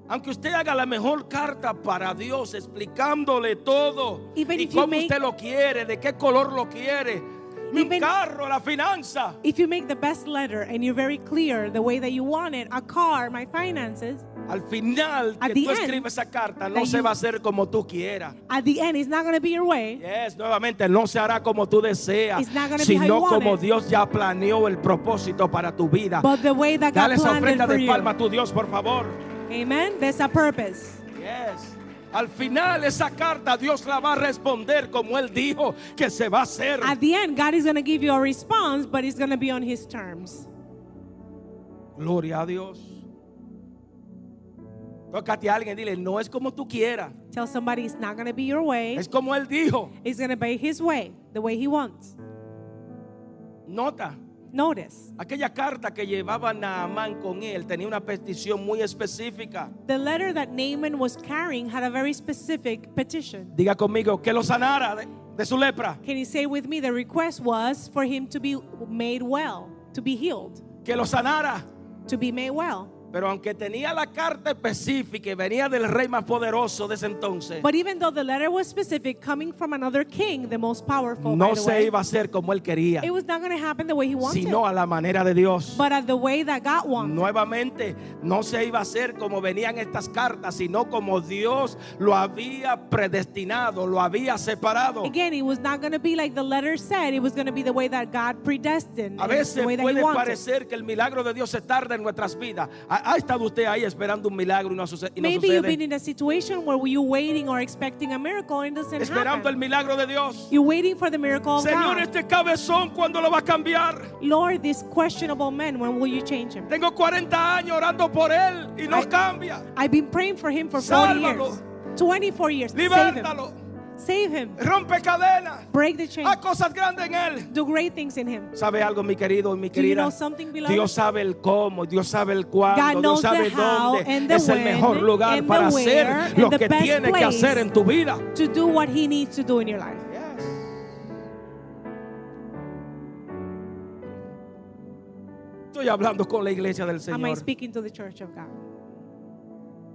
A: Aunque usted haga la mejor carta para Dios explicándole todo
B: Even
A: y
B: if you
A: cómo
B: make-
A: usted lo quiere, de qué color lo quiere, mi
B: Even-
A: carro, la finanza,
B: If you make the best letter and you're very clear the way that you want it, a car, my finances,
A: al final
B: At
A: que
B: the
A: tú
B: end,
A: escribes esa carta no
B: that
A: se
B: you-
A: va a hacer como tú quieras.
B: at the end, it's not going to be your way.
A: Yes, nuevamente no se hará como tú deseas,
B: It's not gonna be how you
A: sino
B: want
A: como
B: it.
A: Dios ya planeó el propósito para tu vida.
B: But the way that
A: Dale
B: God
A: esa
B: planned it
A: ofrenda
B: for
A: de
B: you.
A: palma a tu Dios, por favor.
B: Amen. There's a purpose.
A: Yes. Al final esa carta Dios la va a responder como él dijo que se va a hacer.
B: At the end, God is going to give you a response, but it's going to be on His terms.
A: Gloria a Dios. Tócate a alguien y dile, no es como tú quieras,
B: Tell somebody it's not going to be your way,
A: es como él dijo.
B: it's going to be His way, the way He wants.
A: Nota,
B: Notice
A: aquella carta que llevaba Naamán con él tenía una petición muy específica.
B: the letter that Naaman was carrying had a very specific petition.
A: Diga conmigo que lo sanara de, de su lepra,
B: Can you say with me the request was for him to be made well, to be healed,
A: que lo sanara.
B: to be made well?
A: Pero aunque tenía la carta específica y venía del rey más poderoso de ese entonces,
B: But even though the letter was specific, coming from another king, the most powerful, by
A: no
B: the
A: se
B: way,
A: iba a hacer como él quería,
B: it was not going to happen the way he wanted,
A: sino a la manera de Dios.
B: but at the way that God wanted.
A: Nuevamente no se iba a hacer como venían estas cartas, sino como Dios lo había predestinado, lo había separado.
B: Again, it was not going to be like the letter said. It was going to be the way that God predestined,
A: A
B: and
A: veces
B: the way that He
A: puede
B: wanted.
A: parecer que el milagro de Dios se tarda en nuestras vidas. A- Ha, ha estado usted ahí esperando un milagro y no, suce- y no
B: Maybe you've been
A: sucede.
B: in a situation where you're waiting or expecting a miracle and it doesn't
A: Esperando el
B: happen.
A: milagro de Dios.
B: You're waiting for the miracle of
A: Señor,
B: God.
A: este cabezón, ¿cuándo lo va a cambiar?
B: Lord, this questionable man, when will you change him?
A: Tengo 40 años orando por él y no cambia.
B: I've been praying for him for 40 years.
A: Sálvalo.
B: 24 years. Save him.
A: Libértalo.
B: Save him.
A: Rompe cadenas.
B: Break the chain.
A: Haz cosas grandes en él.
B: Do great things in him.
A: ¿Sabe algo, mi querido y mi
B: Do you
A: querida?
B: know something, beloved?
A: Dios sabe el cómo, Dios sabe el
B: God
A: cuándo, Dios
B: knows
A: sabe
B: the how
A: dónde.
B: and the
A: Es el
B: when
A: mejor lugar
B: and
A: para
B: the where
A: hacer
B: and
A: lo
B: the
A: que
B: best
A: tiene que
B: place.
A: hacer en tu vida.
B: To do what he needs to do in your life.
A: Yes. Estoy hablando con la iglesia del
B: Am I
A: Señor.
B: speaking to the church of God?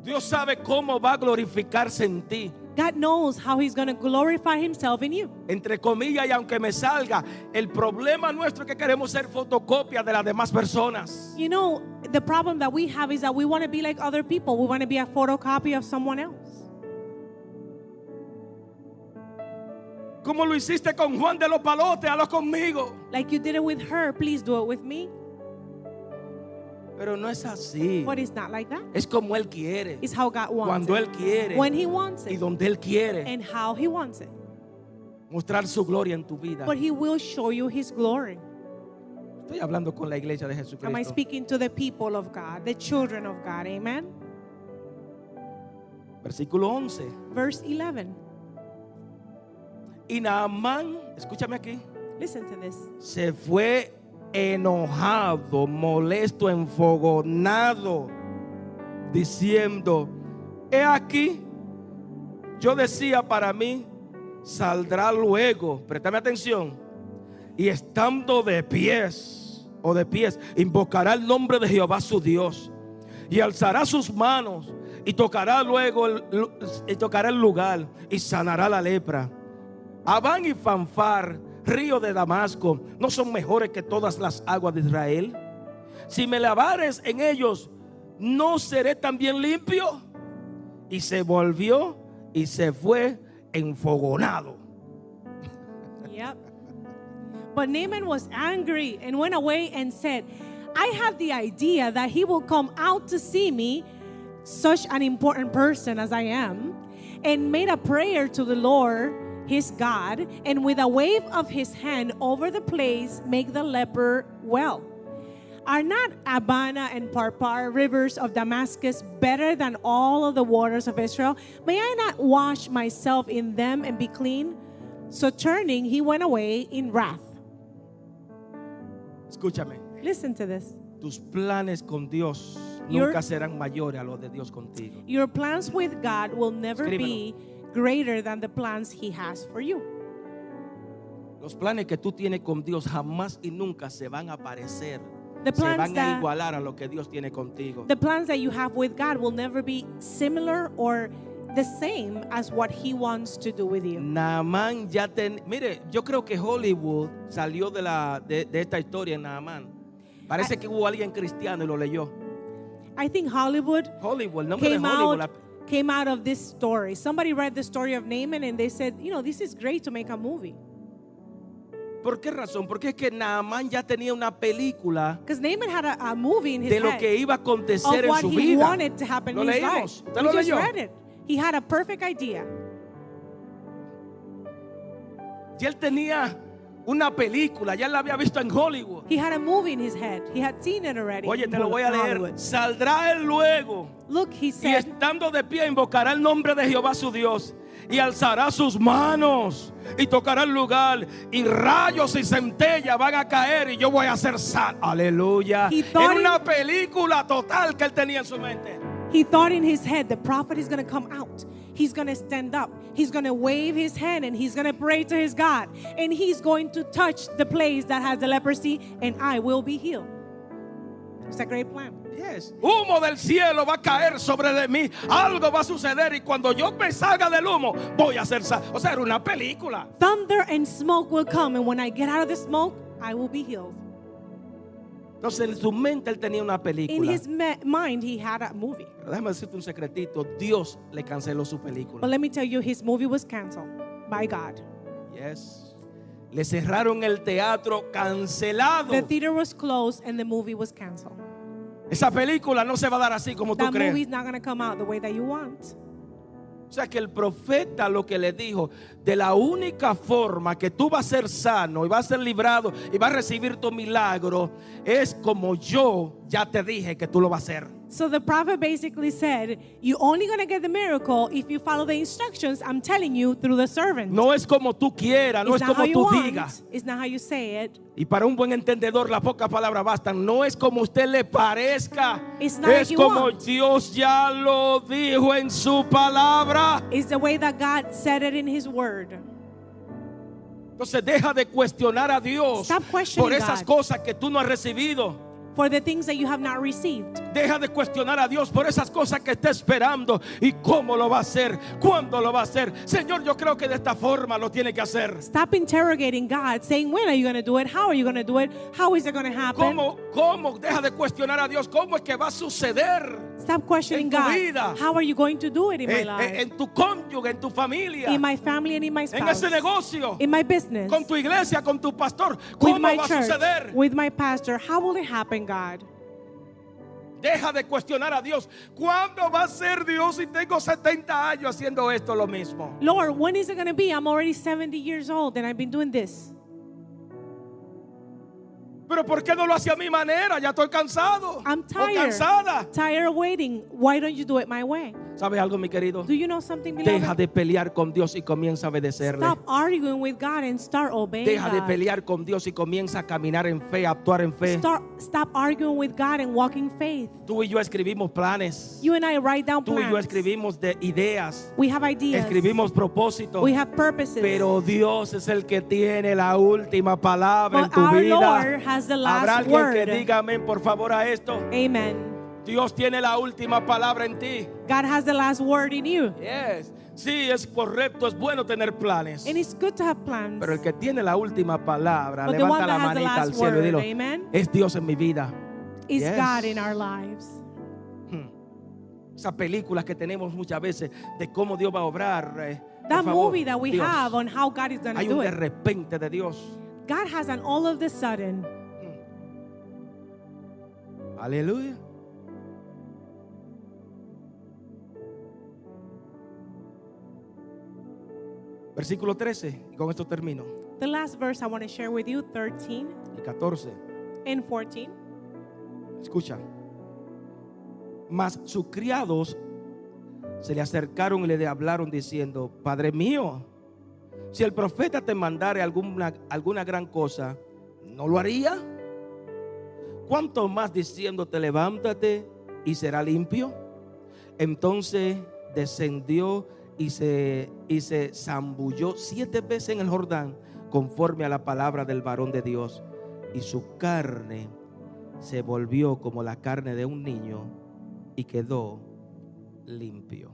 A: Dios sabe cómo va a glorificarse en ti.
B: God knows how he's going to glorify himself in you.
A: Entre comillas, y aunque me salga, el problema nuestro es que queremos ser fotocopias de las demás personas.
B: You know, the problem that we have is that we want to be like other people. We want to be a photocopy of someone else.
A: Como lo hiciste con Juan de los Palotes, hazlo conmigo.
B: Like you did it with her, please do it with me.
A: Pero no es así.
B: But it's not like that.
A: Es como Él quiere.
B: It's how God wants
A: Cuando
B: it.
A: Él quiere.
B: When he wants
A: Y
B: it.
A: donde Él quiere.
B: And how he wants it.
A: Mostrar su gloria en tu vida.
B: But he will show you his glory.
A: Estoy hablando con la iglesia de
B: Am I
A: Jesucristo.
B: speaking to the people of God, the children of God? Amen.
A: Versículo 11.
B: Verse 11.
A: Y Naamán, escúchame aquí,
B: Listen to this.
A: se fue enojado, molesto, enfogonado, diciendo, he aquí, yo decía para mí, saldrá luego, préstame atención, y estando de pies o de pies, invocará el nombre de Jehová su Dios, y alzará sus manos, y tocará luego el, lu- y tocará el lugar, y sanará la lepra. Abán y Fanfar, río de Damasco, no son mejores que todas las aguas de Israel. Si me lavares en ellos, no seré también limpio. Y se volvió y se fue enfogonado.
B: Yep. But Naaman was angry and went away and said, I have the idea that he will come out to see me, such an important person as I am, and made a prayer to the Lord his God, and with a wave of his hand over the place, make the leper well. Are not Abana and Parpar, rivers of Damascus, better than all of the waters of Israel? May I not wash myself in them and be clean? So turning, he went away in wrath.
A: Escúchame,
B: Listen to this.
A: tus planes con Dios
B: Your-
A: nunca serán mayores a los de Dios contigo.
B: Your plans with God will never
A: Escríbelo.
B: be greater than the plans he has for you.
A: Los planes que tú tienes con Dios jamás y nunca se van a parecer.
B: The
A: Se
B: plans
A: van a
B: that-
A: igualar a lo que Dios tiene contigo.
B: The plans that you have with God will never be similar or the same as what he wants to do with you.
A: Naamán ya ten, mire, yo creo que Hollywood salió de la de, de esta historia en Naamán.
B: Ah.
A: Parece que hubo alguien cristiano y lo leyó.
B: I think Hollywood
A: Hollywood, el nombre de
B: came
A: Hollywood. la-
B: out came out of this story. Somebody read the story of Naaman and they said, you know, this is great to make a movie.
A: ¿Por qué razón? Porque es que Naamán ya tenía una película
B: Because Naaman had a, a movie in his
A: de lo
B: head.
A: que iba a acontecer
B: of
A: en
B: what
A: su
B: he
A: vida.
B: wanted to happen
A: Lo
B: in his
A: leímos.
B: life.
A: Usted
B: we
A: lo
B: just
A: leyó.
B: read it. He had a perfect idea.
A: Ya él tenía una película, ya la había visto en Hollywood.
B: He had a movie in his head. He had seen it already.
A: Oye,
B: in
A: te lo voy a leer.
B: Hollywood.
A: Saldrá él luego.
B: Look, he
A: Y
B: said,
A: estando de pie invocará el nombre de Jehová su Dios y alzará sus manos y tocará el lugar y rayos y centellas van a caer y yo voy a ser sal. Aleluya.
B: He
A: Era
B: thought he-
A: una película total que él tenía en su mente.
B: he thought in his head, the prophet is going to come out. He's going to stand up. He's going to wave his hand and he's going to pray to his God. And he's going to touch the place that has the leprosy and I will be healed. It's a great plan.
A: Humo del cielo va a caer sobre de mí. Algo va a suceder y cuando yo me salga del humo voy a ser sal. O sea, era una película.
B: Thunder and smoke will come. And when I get out of the smoke, I will be healed.
A: Entonces en su mente él tenía una
B: In
A: película.
B: his ma- mind, he had a movie.
A: Pero déjame decirte un secretito. Dios le canceló su película.
B: But let me tell you, his movie was canceled by God.
A: Yes. Le cerraron el teatro cancelado.
B: The theater was closed and the movie was canceled.
A: Esa película no se va a dar así como tú
B: That
A: crees.
B: movie's not going to come out the way that you want.
A: O sea que el profeta lo que le dijo, de la única forma que tú vas a ser sano y vas a ser librado y vas a recibir tu milagro, es como yo ya te dije que tú lo vas a hacer.
B: So the prophet basically said, You're only going to get the miracle if you follow the instructions I'm telling you through the servant.
A: No es como tú quieras, no
B: it's
A: es
B: not how
A: como
B: you
A: tú
B: want,
A: digas.
B: it's not how you say it.
A: Y para un buen entendedor las pocas palabras bastan. No es como usted le parezca.
B: It's not
A: Es
B: like you
A: como
B: want.
A: Dios ya lo dijo en su palabra.
B: It's the way that God said it in His Word.
A: Entonces deja de cuestionar a Dios
B: Stop questioning
A: por esas
B: God.
A: cosas que tú no has recibido.
B: For the things that you have not received,
A: Deja de cuestionar a Dios por esas cosas que está esperando y cómo lo va a hacer, cuándo lo va a hacer. Señor, yo creo que de esta forma lo tiene que hacer.
B: stop interrogating God, saying, When are you going to do it? How are you going to do it? How is it going to happen?
A: ¿Cómo, cómo? Deja de cuestionar a Dios. ¿Cómo es que va a suceder
B: Stop questioning
A: en tu
B: God.
A: vida. Eh,
B: How are you going to do it in my
A: en,
B: life?
A: en- en tu cónyuge, en tu familia,
B: in my family and in my
A: en
B: spouse.
A: ese negocio,
B: in my business.
A: con tu iglesia, con tu pastor?
B: with
A: ¿Cómo
B: my
A: va a
B: church.
A: suceder?
B: With my pastor. How will it happen, God?
A: Deja de cuestionar a Dios. ¿Cuándo va a ser Dios si tengo 70 años haciendo esto lo mismo?
B: Lord, when is it going to be? I'm already 70 years old and I've been doing this.
A: Pero ¿por qué no lo hace a mi manera? Ya estoy cansado.
B: I'm
A: o
B: tired.
A: Oh, cansada.
B: Tired of waiting. Why don't you do it my way?
A: ¿Sabes algo, mi querido?
B: Do you know something, beloved?
A: Deja de pelear con Dios y comienza a obedecerle.
B: Stop arguing with God and start obeying
A: Deja de
B: God.
A: pelear con Dios y comienza a caminar en fe, a actuar en fe.
B: Start, stop arguing with God and walking faith.
A: Tú y yo escribimos planes.
B: You and I write down
A: Tú y yo
B: plans.
A: escribimos de ideas.
B: we have ideas.
A: Escribimos propósitos.
B: we have purposes.
A: Pero Dios es el que tiene la última palabra en
B: But
A: tu
B: our
A: vida.
B: Lord has the last
A: Habrá alguien que
B: word.
A: diga amén, por favor, a esto.
B: Amen.
A: Dios tiene la última palabra en ti.
B: God has the last word in you.
A: Yes. Sí, es correcto, es bueno tener planes.
B: And it's good to have plans.
A: Pero el que tiene la última palabra,
B: But the
A: levanta la
B: one that has the
A: manita
B: last
A: al cielo y
B: word,
A: dilo,
B: amen.
A: es Dios en mi vida.
B: Is
A: Yes.
B: God in our lives.
A: Esas películas que tenemos muchas veces de cómo Dios va a obrar. eh, por
B: That
A: favor,
B: movie that we
A: Dios.
B: have on how God is going to
A: Hay
B: do
A: un de
B: it.
A: repente de Dios.
B: God has an all of the sudden.
A: Aleluya. Versículo 13, y con esto termino.
B: The last verse I want to share with you, 13
A: El 14.
B: and 14.
A: Escucha. Mas sus criados se le acercaron y le hablaron diciendo, Padre mío, si el profeta te mandare alguna, alguna gran cosa, ¿no lo haría? ¿Cuánto más diciéndote, levántate y será limpio? Entonces descendió y se, y se zambulló siete veces en el Jordán, conforme a la palabra del varón de Dios, y su carne se volvió como la carne de un niño y quedó limpio.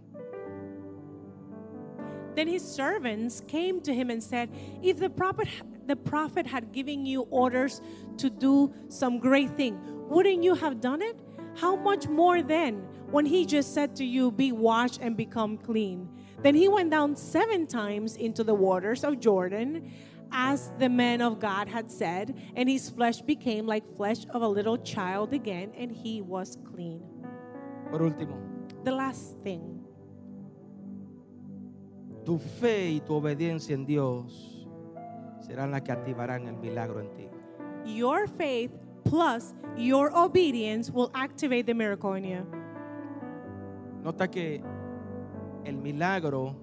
B: Then his servants came to him and said, If the prophet, the prophet had given you orders to do some great thing, wouldn't you have done it? How much more then when he just said to you, Be washed and become clean? Then he went down seven times into the waters of Jordan, as the man of God had said, and his flesh became like flesh of a little child again, and he was clean.
A: Por último,
B: The last thing.
A: tu fe y tu obediencia en Dios serán las que activarán el milagro en ti.
B: Your faith plus your obedience will activate the miracle in you.
A: Nota que el milagro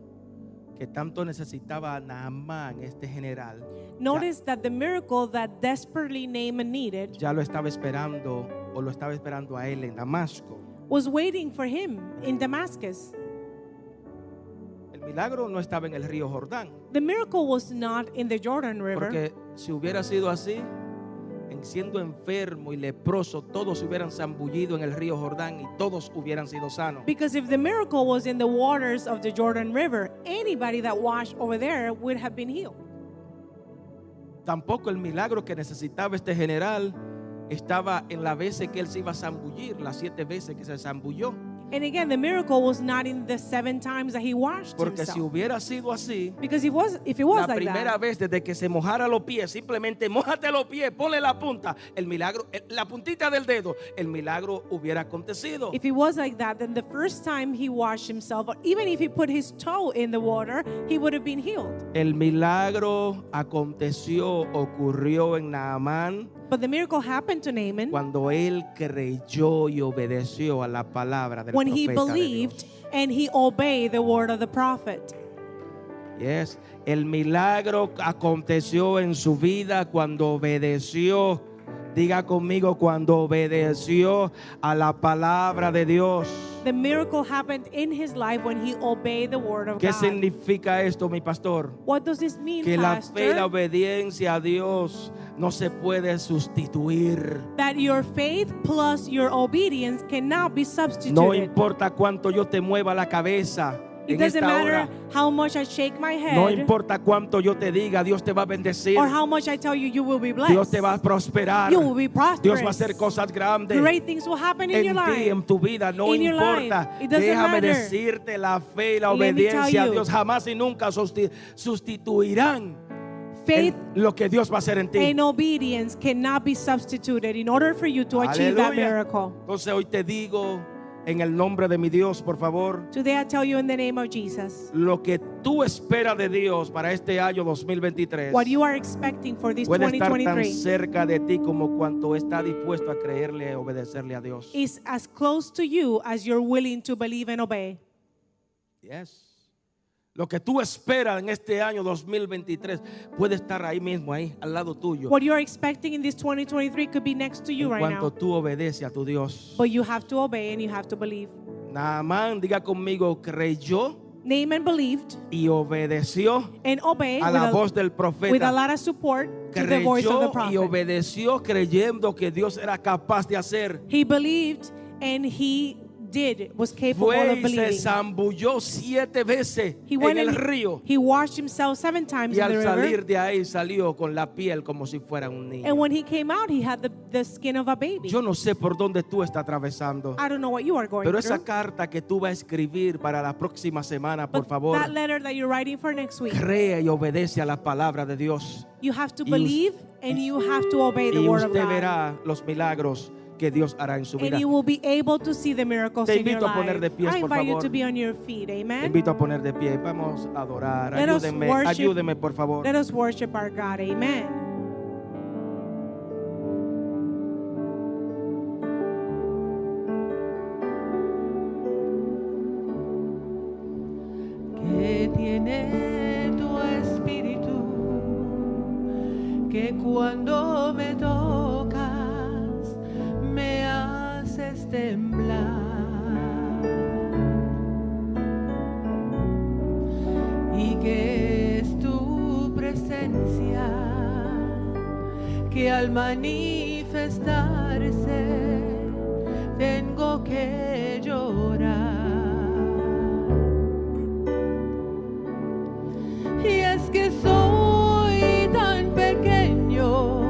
A: que tanto necesitaba Naamán, este general,
B: Notice that the miracle that desperately Naaman needed
A: ya lo estaba esperando o lo estaba esperando a él en Damasco.
B: was waiting for him in Damascus.
A: El milagro no estaba en el río Jordán,
B: The miracle was not in the Jordan River
A: Porque si hubiera sido así, en siendo enfermo y leproso, todos se hubieran zambullido en el río Jordán y todos hubieran sido sanos.
B: because if the miracle was in the waters of the Jordan River, anybody that washed over there would have been healed.
A: Tampoco el milagro que necesitaba este general estaba en la veces que él se iba a zambullir, las siete veces que se zambulló.
B: And again, the miracle was not in the seven times that he washed
A: Porque si
B: himself.
A: hubiera sido así,
B: Because it was, if it was
A: la
B: like
A: primera
B: that,
A: vez desde que se mojara los pies, simplemente mojate los pies, ponle la punta, el milagro, el- la puntita del dedo, el milagro hubiera acontecido.
B: if it was like that, then the first time he washed himself, or even if he put his toe in the water, he would have been healed.
A: El milagro aconteció, ocurrió en Naamán
B: But the miracle happened to Naaman
A: cuando él creyó y obedeció a la palabra del
B: when he
A: profeta de
B: believed
A: Dios.
B: and he obeyed the word of the prophet.
A: Yes. El milagro aconteció en su vida cuando obedeció. Diga conmigo cuando obedeció a la palabra de Dios.
B: The miracle happened in his life when he obeyed the word of
A: ¿Qué
B: God.
A: significa esto, mi pastor?
B: What does this mean,
A: Que la fe y la
B: Pastor?
A: obediencia a Dios no se puede sustituir.
B: That your faith plus your obedience cannot be
A: No
B: substituted.
A: importa cuánto yo te mueva la cabeza
B: It
A: en
B: doesn't
A: esta hora.
B: matter how much I shake my head
A: No importa cuánto yo te diga, Dios te va a bendecir.
B: or how much I tell you you will be blessed.
A: Dios te va a prosperar.
B: You will be
A: Dios
B: prosperous.
A: va a hacer cosas grandes.
B: Great things will happen in your
A: en ti, en
B: life.
A: tu vida, no
B: In your
A: importa.
B: life. It doesn't
A: Déjame
B: matter.
A: decirte, la fe y la
B: Let me tell
A: obediencia a
B: you.
A: Dios jamás y nunca susti- sustituirán
B: Faith
A: en lo que Dios va a hacer en ti.
B: and obedience cannot be substituted in order for you to achieve that
A: Aleluya.
B: miracle.
A: Entonces hoy te digo, en el nombre de mi Dios, por favor,
B: Today I tell you in the name of Jesus,
A: lo que tú esperas de Dios para este año 2023
B: what you are expecting for this
A: puede estar tan
B: 2023
A: cerca de ti como cuanto está dispuesto a creerle, a obedecerle a Dios.
B: is as close to you as you're willing to believe and obey.
A: Yes. Lo que tú esperas en este año 2023 puede estar ahí mismo, ahí al lado tuyo.
B: What you're expecting in this 2023 could be next to you
A: en
B: right
A: cuanto
B: now.
A: tú obedeces a tu Dios.
B: But you have to obey and you have to believe.
A: Naamán, diga conmigo, creyó
B: Naaman believed
A: y obedeció
B: and obeyed
A: a la
B: with a-
A: voz del
B: with a
A: profeta.
B: lot of support to the voice of
A: Creyó
B: the
A: y
B: prophet.
A: obedeció creyendo que Dios era capaz de hacer.
B: He believed and he did, was capable
A: Fue
B: of
A: y se
B: believing.
A: zambulló siete veces
B: He
A: en
B: went
A: el
B: and
A: río.
B: he washed himself seven times
A: Y
B: in
A: al
B: the river.
A: salir de ahí salió con la piel como si fuera un niño.
B: And when he came out, he had the, the skin of a baby.
A: Yo no sé por dónde tú estás atravesando.
B: I don't know what you are going
A: Pero
B: through.
A: esa carta que tú vas a escribir para la próxima semana, por
B: but
A: favor,
B: that letter that you're writing for next week,
A: cree y obedece a la palabra de Dios.
B: you have to
A: Y us-
B: believe and you have to obey the
A: Y
B: word of
A: usted
B: God.
A: verá los milagros que Dios hará en su vida.
B: and you will be able to see the miracles
A: Te
B: in your
A: invito a poner de
B: life.
A: pies,
B: I
A: por
B: invite you
A: favor.
B: to be on your feet.
A: Te
B: Amen.
A: invito a poner de pie. Vamos a adorar.
B: Let us
A: Ayúdeme,
B: worship.
A: ayúdeme, por favor.
B: Let us worship our God. Amen.
C: que tiene tu espíritu, que cuando me tocas me haces temblar y que es tu presencia que al manifestarse tengo que llorar. Y es que soy tan pequeño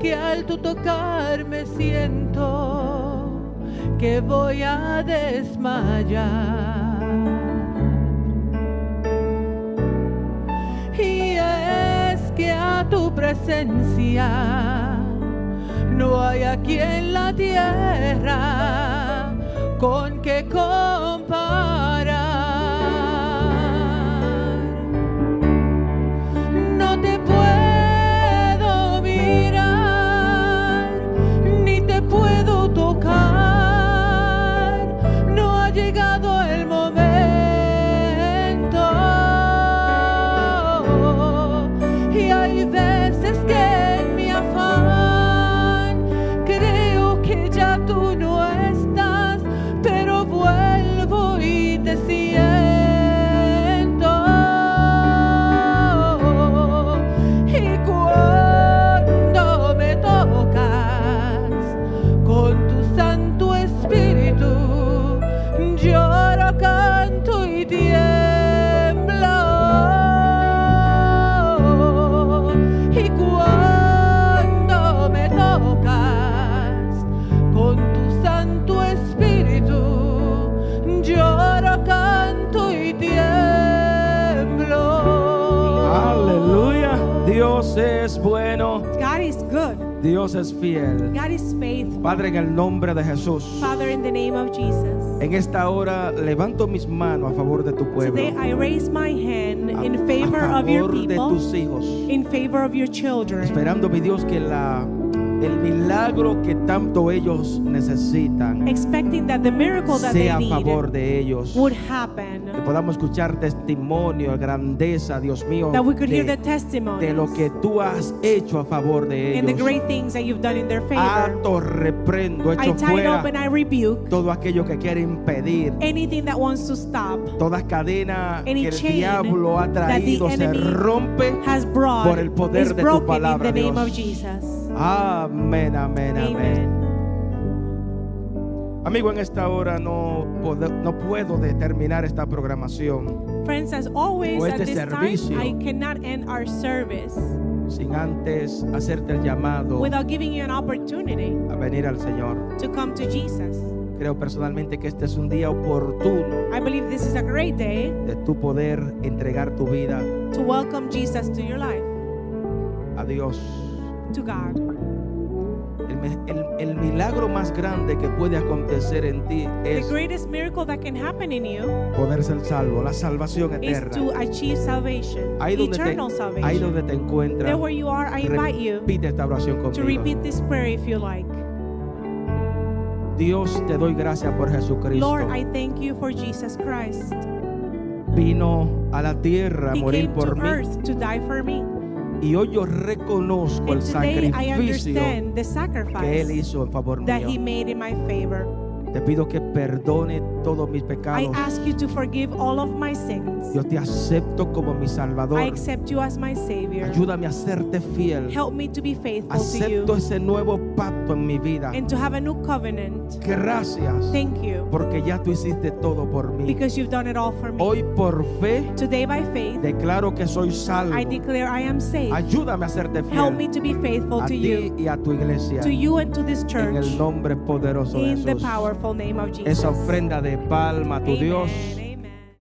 C: que al tu tocar me siento que voy a desmayar. Y es que a tu presencia no hay aquí en la tierra con que comparar. No te puedo mirar, ni te puedo tocar. No ha llegado el momento. Y hay veces que en mi afán creo que ya tú no estás, pero vuelvo y
A: Dios es bueno,
B: God is good.
A: Dios es fiel.
B: God is faithful.
A: Padre, en el nombre de Jesús,
B: Father, in the name of Jesus.
A: en esta hora levanto mis manos a favor de tu pueblo,
B: Today I raise my hand
A: a,
B: in favor
A: a
B: of your
A: favor de
B: people,
A: tus hijos,
B: in favor of your children,
A: esperando, mi Dios, que la, el milagro que tanto ellos necesitan
B: expecting that the miracle that they
A: sea a favor
B: need
A: de ellos.
B: would
A: Que
B: happen,
A: podamos escuchar testimonio, grandeza, Dios mío,
B: that we could hear the
A: de, de lo
B: testimony
A: que tú has hecho a favor de
B: and the
A: ellos.
B: great things that you've done in their favor.
A: Ato, reprendo,
B: I
A: echo
B: tied
A: fuera
B: up and I rebuke
A: todo aquello que quiere impedir,
B: anything that wants to stop,
A: todas cadenas
B: Any
A: que el
B: chain
A: diablo ha
B: that the
A: traído se
B: enemy
A: rompe.
B: has brought,
A: Por el poder
B: is
A: de tu
B: broken in
A: palabra,
B: the name
A: Dios.
B: of Jesus.
A: Amén, amén, amén.
B: Amen.
A: Amigo, en esta hora no, pod- no puedo determinar esta programación
B: Friends, as always,
A: O
B: at
A: este
B: this
A: servicio.
B: time, I cannot end our service
A: sin antes hacerte el llamado
B: without giving you an opportunity
A: a venir al Señor.
B: to come to Jesus.
A: Creo personalmente que este es un día oportuno
B: I believe this is a great day
A: de tu poder entregar tu vida
B: to welcome Jesus to your life,
A: a Dios.
B: to God.
A: El, me- el- el milagro más grande que puede acontecer en ti
B: The
A: es
B: greatest miracle that can happen in you
A: poder ser salvo, la salvación
B: is to
A: eterna.
B: achieve salvation,
A: Ahí donde, te,
B: eternal
A: ahí
B: salvation.
A: donde te encuentras,
B: There where you are, I invite you
A: repite esta oración
B: to
A: conmigo.
B: repeat this prayer if you like.
A: Dios, te doy gracias por Jesucristo.
B: Lord, I thank you for Jesus Christ.
A: Vino a la tierra a
B: He
A: morir
B: came
A: por
B: to
A: mí.
B: earth to die for me.
A: Y hoy yo reconozco el
B: And today I
A: sacrificio
B: understand
A: que
B: the
A: Él
B: sacrifice
A: hizo en favor
B: that He
A: mío.
B: made in my favor.
A: Te pido que perdone todos mis
B: I
A: pecados.
B: ask you to forgive all of my sins.
A: Yo te acepto como mi
B: I
A: Salvador.
B: accept you as my Savior.
A: Ayúdame a serte fiel.
B: Help me to be faithful to
A: Acepto
B: you
A: ese nuevo pacto en mi vida.
B: and to have a new covenant.
A: Gracias
B: Thank you
A: porque ya tú hiciste todo por mí.
B: because you've done it all for me.
A: Hoy por fe
B: Today, by faith,
A: declaro que soy
B: I
A: salvo.
B: declare I am saved.
A: Ayúdame a serte
B: Help me
A: fiel
B: to be faithful
A: a
B: to
A: ti
B: you,
A: y a tu iglesia.
B: to you and to this
A: En
B: church.
A: el nombre poderoso de
B: In the
A: Jesús.
B: powerful name of Jesus.
A: Esa ofrenda de palma a tu
B: Amen,
A: Dios.
B: amen.